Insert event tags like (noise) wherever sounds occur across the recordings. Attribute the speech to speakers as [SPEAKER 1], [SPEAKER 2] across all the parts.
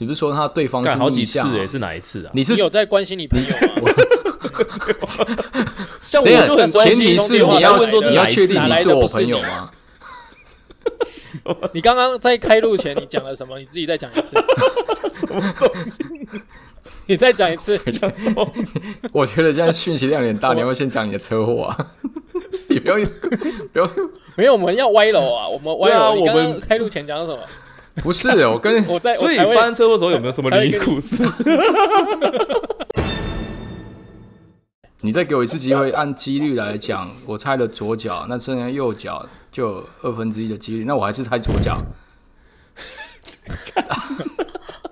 [SPEAKER 1] 你不是说他对方
[SPEAKER 2] 干好几
[SPEAKER 1] 逆
[SPEAKER 2] 次
[SPEAKER 1] 向啊
[SPEAKER 2] 诶、是哪一次啊？
[SPEAKER 1] 你是
[SPEAKER 3] 你有在关心你朋友 (laughs) 吗？
[SPEAKER 2] (laughs) 像我
[SPEAKER 1] 等一下 (laughs)
[SPEAKER 2] 就很关
[SPEAKER 1] 前
[SPEAKER 2] 心
[SPEAKER 1] 提
[SPEAKER 2] 通
[SPEAKER 1] 是
[SPEAKER 2] 电话
[SPEAKER 1] 你
[SPEAKER 2] 才
[SPEAKER 1] 要
[SPEAKER 2] 问说是
[SPEAKER 1] 你要
[SPEAKER 2] 哪一
[SPEAKER 1] 确
[SPEAKER 2] 次
[SPEAKER 1] 定
[SPEAKER 2] 啊，
[SPEAKER 1] 你
[SPEAKER 3] 来
[SPEAKER 1] 是
[SPEAKER 3] 的
[SPEAKER 1] 我
[SPEAKER 3] 不是
[SPEAKER 1] 朋
[SPEAKER 3] 你
[SPEAKER 1] 友吗？
[SPEAKER 3] (laughs)
[SPEAKER 1] (laughs)
[SPEAKER 3] 你刚刚在开录前你讲了什么？你自己再讲一次。你再讲一次，
[SPEAKER 2] 讲什么？
[SPEAKER 1] 我觉得现在讯息量有点
[SPEAKER 2] (laughs)
[SPEAKER 1] 大，你要不要先讲你的车祸啊？ (laughs) 你不要不要，
[SPEAKER 3] 没有，我们要歪楼啊，我们歪楼。
[SPEAKER 2] 对啊我
[SPEAKER 3] 你刚刚
[SPEAKER 2] 们
[SPEAKER 3] 开录前讲了什么？
[SPEAKER 1] 不是哦我跟
[SPEAKER 3] 哎我在，
[SPEAKER 2] 所以
[SPEAKER 3] 我才
[SPEAKER 2] 你
[SPEAKER 3] 会
[SPEAKER 2] 发生车祸的时候有没有什么灵异故事？
[SPEAKER 3] (laughs)
[SPEAKER 1] 你再给我一次机会，按几率来讲，我猜了左脚，那剩下右脚就有二分之一的几率，那我还是猜左脚。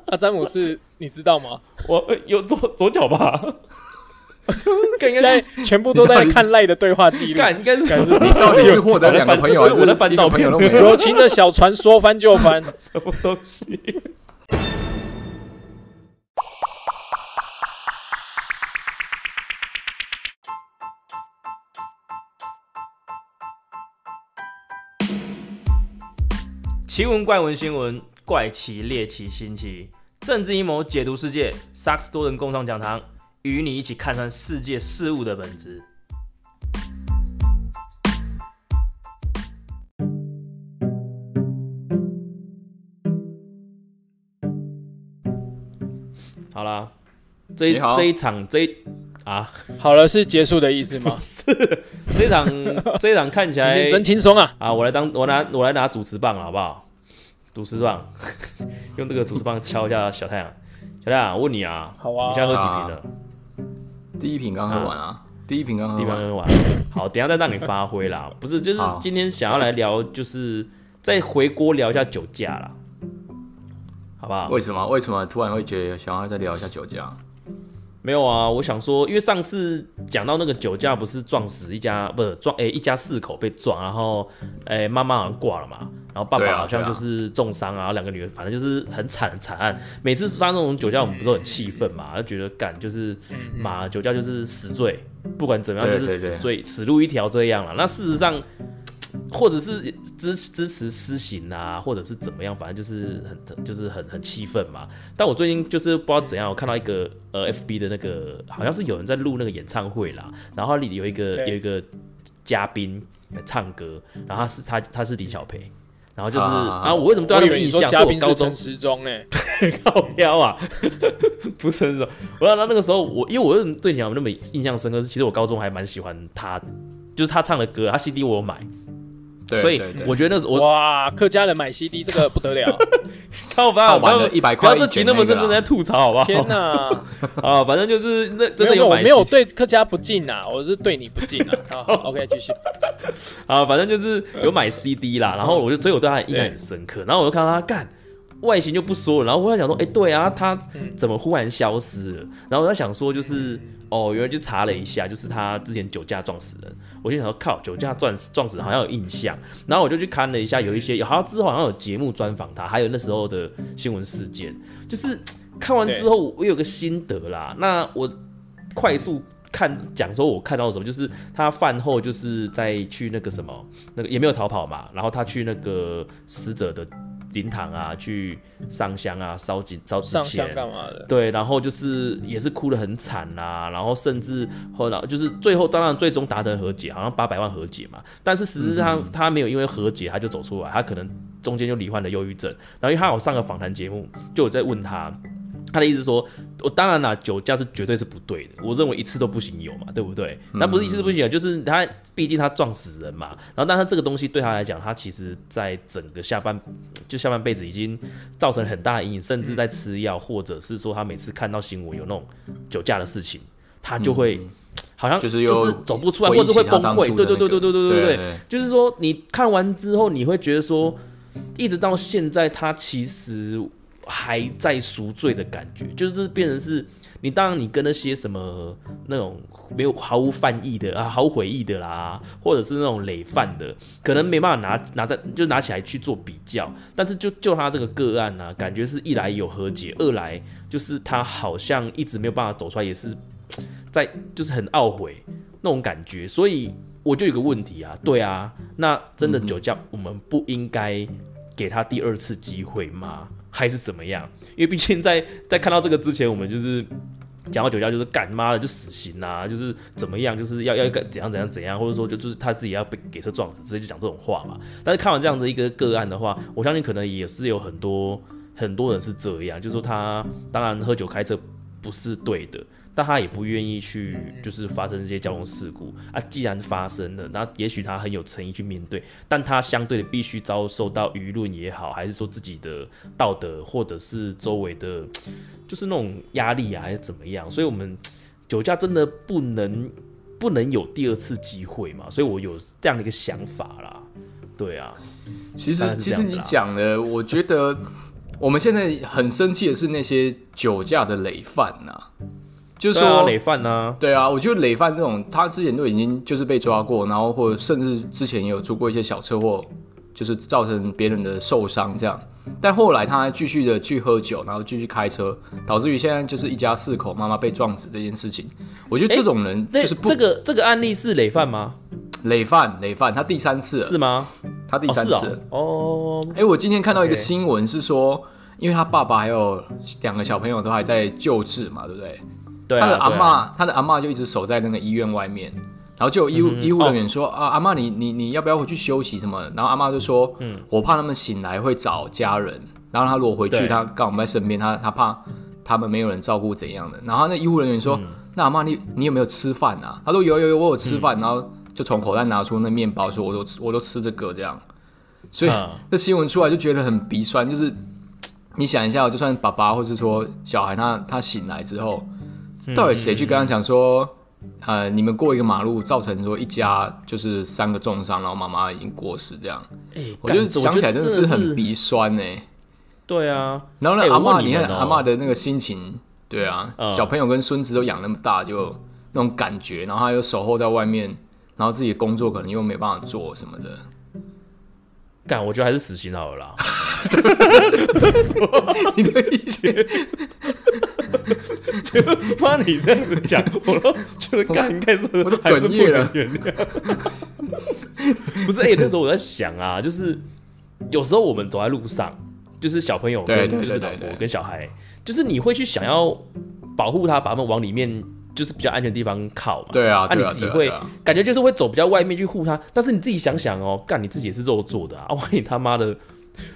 [SPEAKER 3] 啊，詹姆斯，你知道吗？
[SPEAKER 2] 我呃有左左脚吧？ (laughs) 干应
[SPEAKER 3] 现
[SPEAKER 2] 该
[SPEAKER 3] 在全部都在看赖的对话记录。
[SPEAKER 2] 干应该是
[SPEAKER 3] 干是
[SPEAKER 2] 你
[SPEAKER 1] 到底是获得两个朋友，还是
[SPEAKER 2] 我在翻照片
[SPEAKER 1] 一个朋友都没有？
[SPEAKER 3] 友情的小船说翻就翻，
[SPEAKER 2] 什么东西？奇闻怪闻新闻怪奇猎奇新奇政治阴谋解读世界，萨克斯多人共创讲堂，与你一起看穿世界事物的本质。好啦，这一
[SPEAKER 1] 你好
[SPEAKER 2] 这一场这一啊，
[SPEAKER 3] 好了是结束的意思吗？
[SPEAKER 2] 这一场这一场看起
[SPEAKER 3] 今
[SPEAKER 2] 来
[SPEAKER 3] 天真轻松啊！
[SPEAKER 2] 啊，我来当我拿我来拿主持棒好不好？主持棒， (laughs) 用这个主持棒敲一下小太阳。小太阳，我问你啊，
[SPEAKER 3] 好啊
[SPEAKER 2] 你现在喝几瓶了？
[SPEAKER 1] 第一瓶刚喝完啊，第一瓶刚喝
[SPEAKER 2] 地方
[SPEAKER 1] 完。
[SPEAKER 2] 喝完。好，等一下再让你发挥啦。不是，就是
[SPEAKER 1] 好
[SPEAKER 2] 今天想要来聊，就是再回锅聊一下酒驾啦，好不好？
[SPEAKER 1] 为什么？为什么突然会觉得想要再聊一下酒驾？
[SPEAKER 2] 没有啊，我想说，因为上次讲到那个酒驾，不是撞死一家，不是撞诶、一家四口被撞，然后诶、妈妈好像挂了嘛，然后爸
[SPEAKER 1] 对
[SPEAKER 2] 爸
[SPEAKER 1] 啊
[SPEAKER 2] 好像
[SPEAKER 1] 对啊
[SPEAKER 2] 就是重伤啊，然后两个女儿反正就是很惨很惨案。每次发生这种酒驾，我们不是很气愤嘛，就觉得干就是嘛，酒驾就是死罪，不管怎么样
[SPEAKER 1] 对
[SPEAKER 2] 就是
[SPEAKER 1] 对
[SPEAKER 2] 死
[SPEAKER 1] 对
[SPEAKER 2] 罪，死路一条这样了。那事实上，或者是支支持私刑啊，或者是怎么样，反正就是很就是很很气愤嘛。但我最近就是不知道怎
[SPEAKER 3] 嗯
[SPEAKER 2] 样，我看到一个呃 FB 的那个，好像是有人在录那个演唱会啦，然后它里有一个
[SPEAKER 3] 对
[SPEAKER 2] 有一个嘉宾在唱歌，然后他是他他是李小培，然后就是，
[SPEAKER 1] 啊啊啊
[SPEAKER 2] 然后我为什么对
[SPEAKER 3] 我
[SPEAKER 2] 他
[SPEAKER 3] 以
[SPEAKER 2] 有
[SPEAKER 3] 为你
[SPEAKER 2] 印
[SPEAKER 3] 说
[SPEAKER 2] 象？是
[SPEAKER 3] 嘉
[SPEAKER 2] 我
[SPEAKER 3] 宾
[SPEAKER 2] 高
[SPEAKER 3] 是
[SPEAKER 2] 中
[SPEAKER 3] 陈时中呢，
[SPEAKER 2] 靠标啊， (laughs) 不是那种。我想到那个时候，我因为我为什么对你讲那么印象深刻，是其实我高中还蛮喜欢他的，就是他唱的歌，他 CD 我有买，
[SPEAKER 1] 对，
[SPEAKER 2] 所以
[SPEAKER 1] 对对
[SPEAKER 2] 我觉得那时候我
[SPEAKER 3] 哇，客家人买 CD 这个不得了，
[SPEAKER 2] 超
[SPEAKER 1] 盗
[SPEAKER 2] 吧，
[SPEAKER 1] 版的
[SPEAKER 2] 不要
[SPEAKER 1] 100
[SPEAKER 2] 不要
[SPEAKER 1] 块
[SPEAKER 2] 这
[SPEAKER 1] 一
[SPEAKER 2] 集
[SPEAKER 1] 卷
[SPEAKER 2] 那么
[SPEAKER 1] 那个
[SPEAKER 2] 认
[SPEAKER 1] 啦
[SPEAKER 2] 真在吐槽好不好？
[SPEAKER 3] 啊
[SPEAKER 2] (laughs)
[SPEAKER 3] 天哪！
[SPEAKER 2] 啊，反正就是那真的
[SPEAKER 3] 没有，
[SPEAKER 2] 买
[SPEAKER 3] 没有我没有
[SPEAKER 2] CD
[SPEAKER 3] 对客家不敬啊，我是对你不敬啊。好好，OK，继续。
[SPEAKER 2] 啊，反正就是有买 CD 啦，然后我就所以我对他印象很深刻，然后我就看到他干。外形就不说了，然后我在想说，哎、对啊，他怎么忽然消失了？然后我在想说，
[SPEAKER 3] 嗯
[SPEAKER 2] 就是哦，原来就查了一下，就是他之前酒驾撞死人。我就想说，靠，酒驾撞死撞死人好像有印象。然后我就去看了一下，有一些有好像之后好像有节目专访他，还有那时候的新闻事件，就是看完之后我有个心得啦。那我快速看讲说我看到什么，就是他饭后就是在去那个什么，那个也没有逃跑嘛，然后他去那个死者的灵堂啊，去上香啊，烧纸烧纸
[SPEAKER 3] 上香
[SPEAKER 2] 钱。
[SPEAKER 3] 干嘛的？
[SPEAKER 2] 对，然后就是也是哭得很惨啦、然后甚至后来就是最后当然最终达成和解，好像八百万和解嘛，但是实际上他没有因为和解他就走出来，他可能中间就罹患了忧郁症，然后因为他有上个访谈节目，就有在问他。他的意思是说，我当然啦，酒驾是绝对是不对的，我认为一次都不行有嘛，对不对？
[SPEAKER 1] 嗯
[SPEAKER 2] 那不是一次都不行有，就是他毕竟他撞死人嘛，然后但他这个东西对他来讲，他其实在整个下半就下半辈子已经造成很大的阴影，甚至在吃药，或者是说他每次看到新闻有那种酒驾的事情，他就
[SPEAKER 1] 嗯
[SPEAKER 2] 会、好像
[SPEAKER 1] 就是又
[SPEAKER 2] 走不出来，
[SPEAKER 1] 回
[SPEAKER 2] 或
[SPEAKER 1] 忆
[SPEAKER 2] 者
[SPEAKER 1] 起
[SPEAKER 2] 会
[SPEAKER 1] 他
[SPEAKER 2] 崩
[SPEAKER 1] 当
[SPEAKER 2] 溃。
[SPEAKER 1] 初
[SPEAKER 2] 对
[SPEAKER 1] 的
[SPEAKER 2] 对对
[SPEAKER 1] 那
[SPEAKER 2] 对
[SPEAKER 1] 个
[SPEAKER 2] 对对
[SPEAKER 1] 对
[SPEAKER 2] 对
[SPEAKER 1] 对，
[SPEAKER 2] 就是说你看完之后，你会觉得说，一直到现在他其实还在赎罪的感觉，就是变成是。你当然，你跟那些什么那种没有毫无犯意的啊，毫无悔意的啦，或者是那种累犯的，可能没办法拿拿在就拿起来去做比较。但是就就他这个个案呢、啊，感觉是一来有和解，二来就是他好像一直没有办法走出来，也是在就是很懊悔那种感觉。所以我就有个问题啊，对啊，那真的酒驾我们不应该给他第二次机会吗？还是怎么样？因为毕竟在在看到这个之前，我们就是讲到酒驾就是干妈的就死刑啊，就是怎么样，就是要要干怎样怎样怎样，或者说就就是他自己要被给车撞死，直接就讲这种话嘛。但是看完这样的一个个案的话，我相信可能也是有很多很多人是这样，就是说他当然喝酒开车不是对的。但他也不愿意去，就是发生这些交通事故啊。既然发生了，那也许他很有诚意去面对，但他相对的必须遭受到舆论也好，还是说自己的道德或者是周围的，就是那种压力啊，还是怎么样。所以，我们酒驾真的不能不能有第二次机会嘛？所以我有这样的一个想法啦。对啊，
[SPEAKER 1] 其
[SPEAKER 2] 大
[SPEAKER 1] 实
[SPEAKER 2] 概是
[SPEAKER 1] 其
[SPEAKER 2] 这
[SPEAKER 1] 实
[SPEAKER 2] 样子
[SPEAKER 1] 你
[SPEAKER 2] 啦
[SPEAKER 1] 讲的，我觉得我们现在很生气的是那些酒驾的累犯呐、就是
[SPEAKER 2] 对
[SPEAKER 1] 说、
[SPEAKER 2] 啊，累犯呢、
[SPEAKER 1] 对啊，我觉得累犯这种，他之前都已经就是被抓过，然后或者甚至之前也有出过一些小车祸，就是造成别人的受伤这样。但后来他继续的去喝酒，然后继续开车，导致于现在就是一家四口妈妈被撞死这件事情。我觉得这种人
[SPEAKER 2] 那
[SPEAKER 1] 就是不、
[SPEAKER 2] 这个这个案例是累犯吗？
[SPEAKER 1] 累犯，累犯他第三次了，
[SPEAKER 2] 是吗？
[SPEAKER 1] 他第
[SPEAKER 2] 哦，
[SPEAKER 1] 三
[SPEAKER 2] 是
[SPEAKER 1] 次了。
[SPEAKER 2] 哦，哦，
[SPEAKER 1] 哎、我今天看到一个
[SPEAKER 2] OK
[SPEAKER 1] 新闻是说，因为他爸爸还有两个小朋友都还在救治嘛，对不对？
[SPEAKER 2] 对
[SPEAKER 1] 他
[SPEAKER 2] 啊，
[SPEAKER 1] 的阿
[SPEAKER 2] 对啊
[SPEAKER 1] 嬷，他的阿嬷就一直守在那个医院外面，然后就有医
[SPEAKER 2] 嗯
[SPEAKER 1] 务、医护人
[SPEAKER 2] 哦
[SPEAKER 1] 员说、啊，阿嬷你你你要不要回去休息什么的？然后阿嬷就说，嗯，我怕他们醒来会找家人，然后他如果回去，
[SPEAKER 2] 对
[SPEAKER 1] 他刚好在身边，他他怕他们没有人照顾怎样的。然后那医护人员说，
[SPEAKER 2] 嗯
[SPEAKER 1] 那阿嬷你你有没有吃饭啊？他说有有有，我有吃
[SPEAKER 2] 嗯
[SPEAKER 1] 饭，然后就从口袋拿出那面包，说我都吃我都吃这个这样。所以、
[SPEAKER 2] 嗯
[SPEAKER 1] 这新闻出来就觉得很鼻酸，就是你想一下，就算爸爸或是说小孩他他醒来之后，到底谁去跟他讲说，呃，你们过一个马路造成说一家就是三个重伤，然后妈妈已经过世这样，
[SPEAKER 2] 哎，
[SPEAKER 1] 我觉得
[SPEAKER 2] 干
[SPEAKER 1] 想起来真的是很
[SPEAKER 2] 逼。
[SPEAKER 1] 鼻酸呢、
[SPEAKER 2] 对啊，
[SPEAKER 1] 然后呢，
[SPEAKER 2] 哎
[SPEAKER 1] 阿
[SPEAKER 2] 我
[SPEAKER 1] 嬷，
[SPEAKER 2] 问你
[SPEAKER 1] 看
[SPEAKER 2] 们哦
[SPEAKER 1] 阿嬷的那个心情，对啊，
[SPEAKER 2] 嗯
[SPEAKER 1] 小朋友跟孙子都养那么大，就那种感觉，然后他又守候在外面，然后自己的工作可能又没办法做什么的，
[SPEAKER 2] 干，我觉得还是死刑好了啦。 (laughs)
[SPEAKER 1] 你的意见
[SPEAKER 2] 妈，你这样子讲，我都觉得干应该是
[SPEAKER 1] 我都
[SPEAKER 2] 还是
[SPEAKER 1] 哽
[SPEAKER 2] 不
[SPEAKER 1] 咽
[SPEAKER 2] 能
[SPEAKER 1] 了
[SPEAKER 2] 原谅。 (laughs) 不是，哎、那时候我在想啊，就是有时候我们走在路上，就是小朋友跟
[SPEAKER 1] 对对
[SPEAKER 2] 就是
[SPEAKER 1] 对对
[SPEAKER 2] 老婆
[SPEAKER 1] 对
[SPEAKER 2] 跟小孩，就是你会去想要保护他，把他们往里面就是比较安全的地方靠嘛。
[SPEAKER 1] 对啊，
[SPEAKER 2] 那
[SPEAKER 1] 对
[SPEAKER 2] 你
[SPEAKER 1] 啊，
[SPEAKER 2] 自
[SPEAKER 1] 对
[SPEAKER 2] 己
[SPEAKER 1] 啊
[SPEAKER 2] 会
[SPEAKER 1] 对啊，
[SPEAKER 2] 感觉就是会走比较外面去护他，但是你自己想想哦，干你自己也是肉做的啊，啊
[SPEAKER 1] 嗯
[SPEAKER 2] 万一他妈的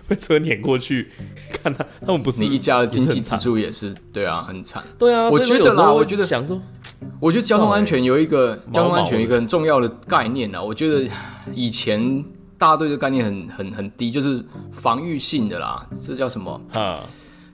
[SPEAKER 2] 被车碾过去， (laughs) 看他他们不是
[SPEAKER 1] 你一家的
[SPEAKER 2] 不
[SPEAKER 1] 经
[SPEAKER 2] 是
[SPEAKER 1] 济
[SPEAKER 2] 很
[SPEAKER 1] 支柱也是，对啊，很惨。
[SPEAKER 2] 对啊，
[SPEAKER 1] 我
[SPEAKER 2] 所以
[SPEAKER 1] 觉得
[SPEAKER 2] 有时候
[SPEAKER 1] 啦
[SPEAKER 2] 会
[SPEAKER 1] 我觉得
[SPEAKER 2] 想说，
[SPEAKER 1] 我觉得交通安全有一个
[SPEAKER 2] 毛
[SPEAKER 1] 交通安全有
[SPEAKER 2] 毛
[SPEAKER 1] 一个很重要的概念啊，我觉得以前大家对这个概念很很很低，就是防御性的啦，这叫什么？
[SPEAKER 2] 啊，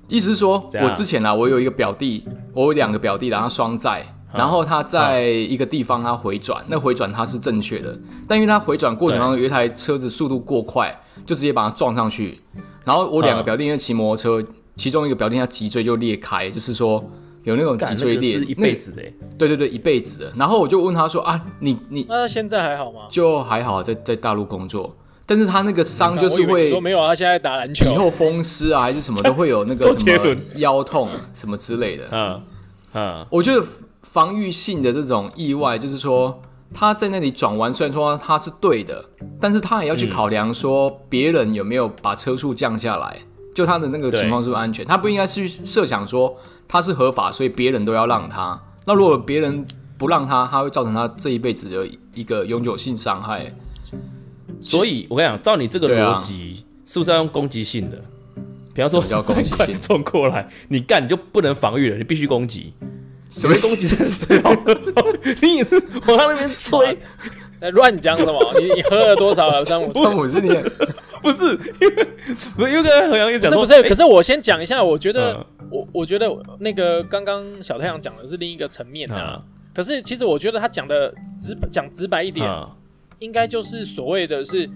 [SPEAKER 1] 意思是说
[SPEAKER 2] 怎，样
[SPEAKER 1] 我之前啊，我有一个表弟，我有两个表弟啦，然后双载，
[SPEAKER 2] 啊
[SPEAKER 1] 然后他在一个地方他回转，那回转他是正确的，但因为他回转过程当中有一台车子速度过快，就直接把他撞上去。然后我两个
[SPEAKER 2] 嗯
[SPEAKER 1] 表弟因为骑摩托车，其中一个表弟他脊椎就裂开，就是说有那种
[SPEAKER 2] 干
[SPEAKER 1] 脊
[SPEAKER 2] 那
[SPEAKER 1] 椎
[SPEAKER 2] 个
[SPEAKER 1] 裂，
[SPEAKER 2] 是一
[SPEAKER 1] 那个
[SPEAKER 2] 辈子的欸，
[SPEAKER 1] 对对对，一辈子的。然后我就问他说啊，你你
[SPEAKER 3] 那他现在还好吗？
[SPEAKER 1] 就还好啊在在大陆工作，但是他那个伤就
[SPEAKER 3] 我
[SPEAKER 1] 是
[SPEAKER 3] 以为
[SPEAKER 1] 会
[SPEAKER 3] 你说没有啊，他现在打篮
[SPEAKER 1] 以
[SPEAKER 3] 球。
[SPEAKER 1] 后风湿啊还是什么都会有那个
[SPEAKER 2] 周
[SPEAKER 1] 什
[SPEAKER 2] 杰
[SPEAKER 1] 么
[SPEAKER 2] 伦
[SPEAKER 1] 腰痛什么之类的。
[SPEAKER 2] 嗯嗯，
[SPEAKER 1] 我觉得防御性的这种意外，就是说他在那里转弯，虽然说他是对的，但是他也要去考量说别人有没有把车速降下来，就他的那个
[SPEAKER 2] 对
[SPEAKER 1] 情况是不是安全，他不应该去设想说他是合法，所以别人都要让他。那如果别人不让他，他会造成他这一辈子的一个永久性伤害。
[SPEAKER 2] 所以我跟你讲，照你这个
[SPEAKER 1] 对啊
[SPEAKER 2] 逻辑，是不是要用攻击性的？比方说，
[SPEAKER 1] 什么叫攻
[SPEAKER 2] (laughs)
[SPEAKER 1] 击性
[SPEAKER 2] 快冲过来，你干你就不能防御了，你必须攻击。
[SPEAKER 1] 什么
[SPEAKER 2] 你的攻击才是最好的？ (laughs) 你也是往他那边吹，
[SPEAKER 3] 在乱讲什么？你你喝了多少了？三
[SPEAKER 1] (laughs)
[SPEAKER 3] 五
[SPEAKER 1] 上五是你的，
[SPEAKER 2] 不是？ (laughs) 因为不是，因为刚才何阳也
[SPEAKER 3] 不
[SPEAKER 2] 讲
[SPEAKER 3] 是
[SPEAKER 2] 说，
[SPEAKER 3] 不是，
[SPEAKER 2] 哎
[SPEAKER 3] 可是我先讲一下，我觉得、
[SPEAKER 2] 嗯
[SPEAKER 3] 我我觉得那个刚刚小太阳讲的是另一个层面啊。
[SPEAKER 2] 啊
[SPEAKER 3] 可是其实我觉得他讲的直讲直白一点，
[SPEAKER 2] 啊
[SPEAKER 3] 应该就是所谓的是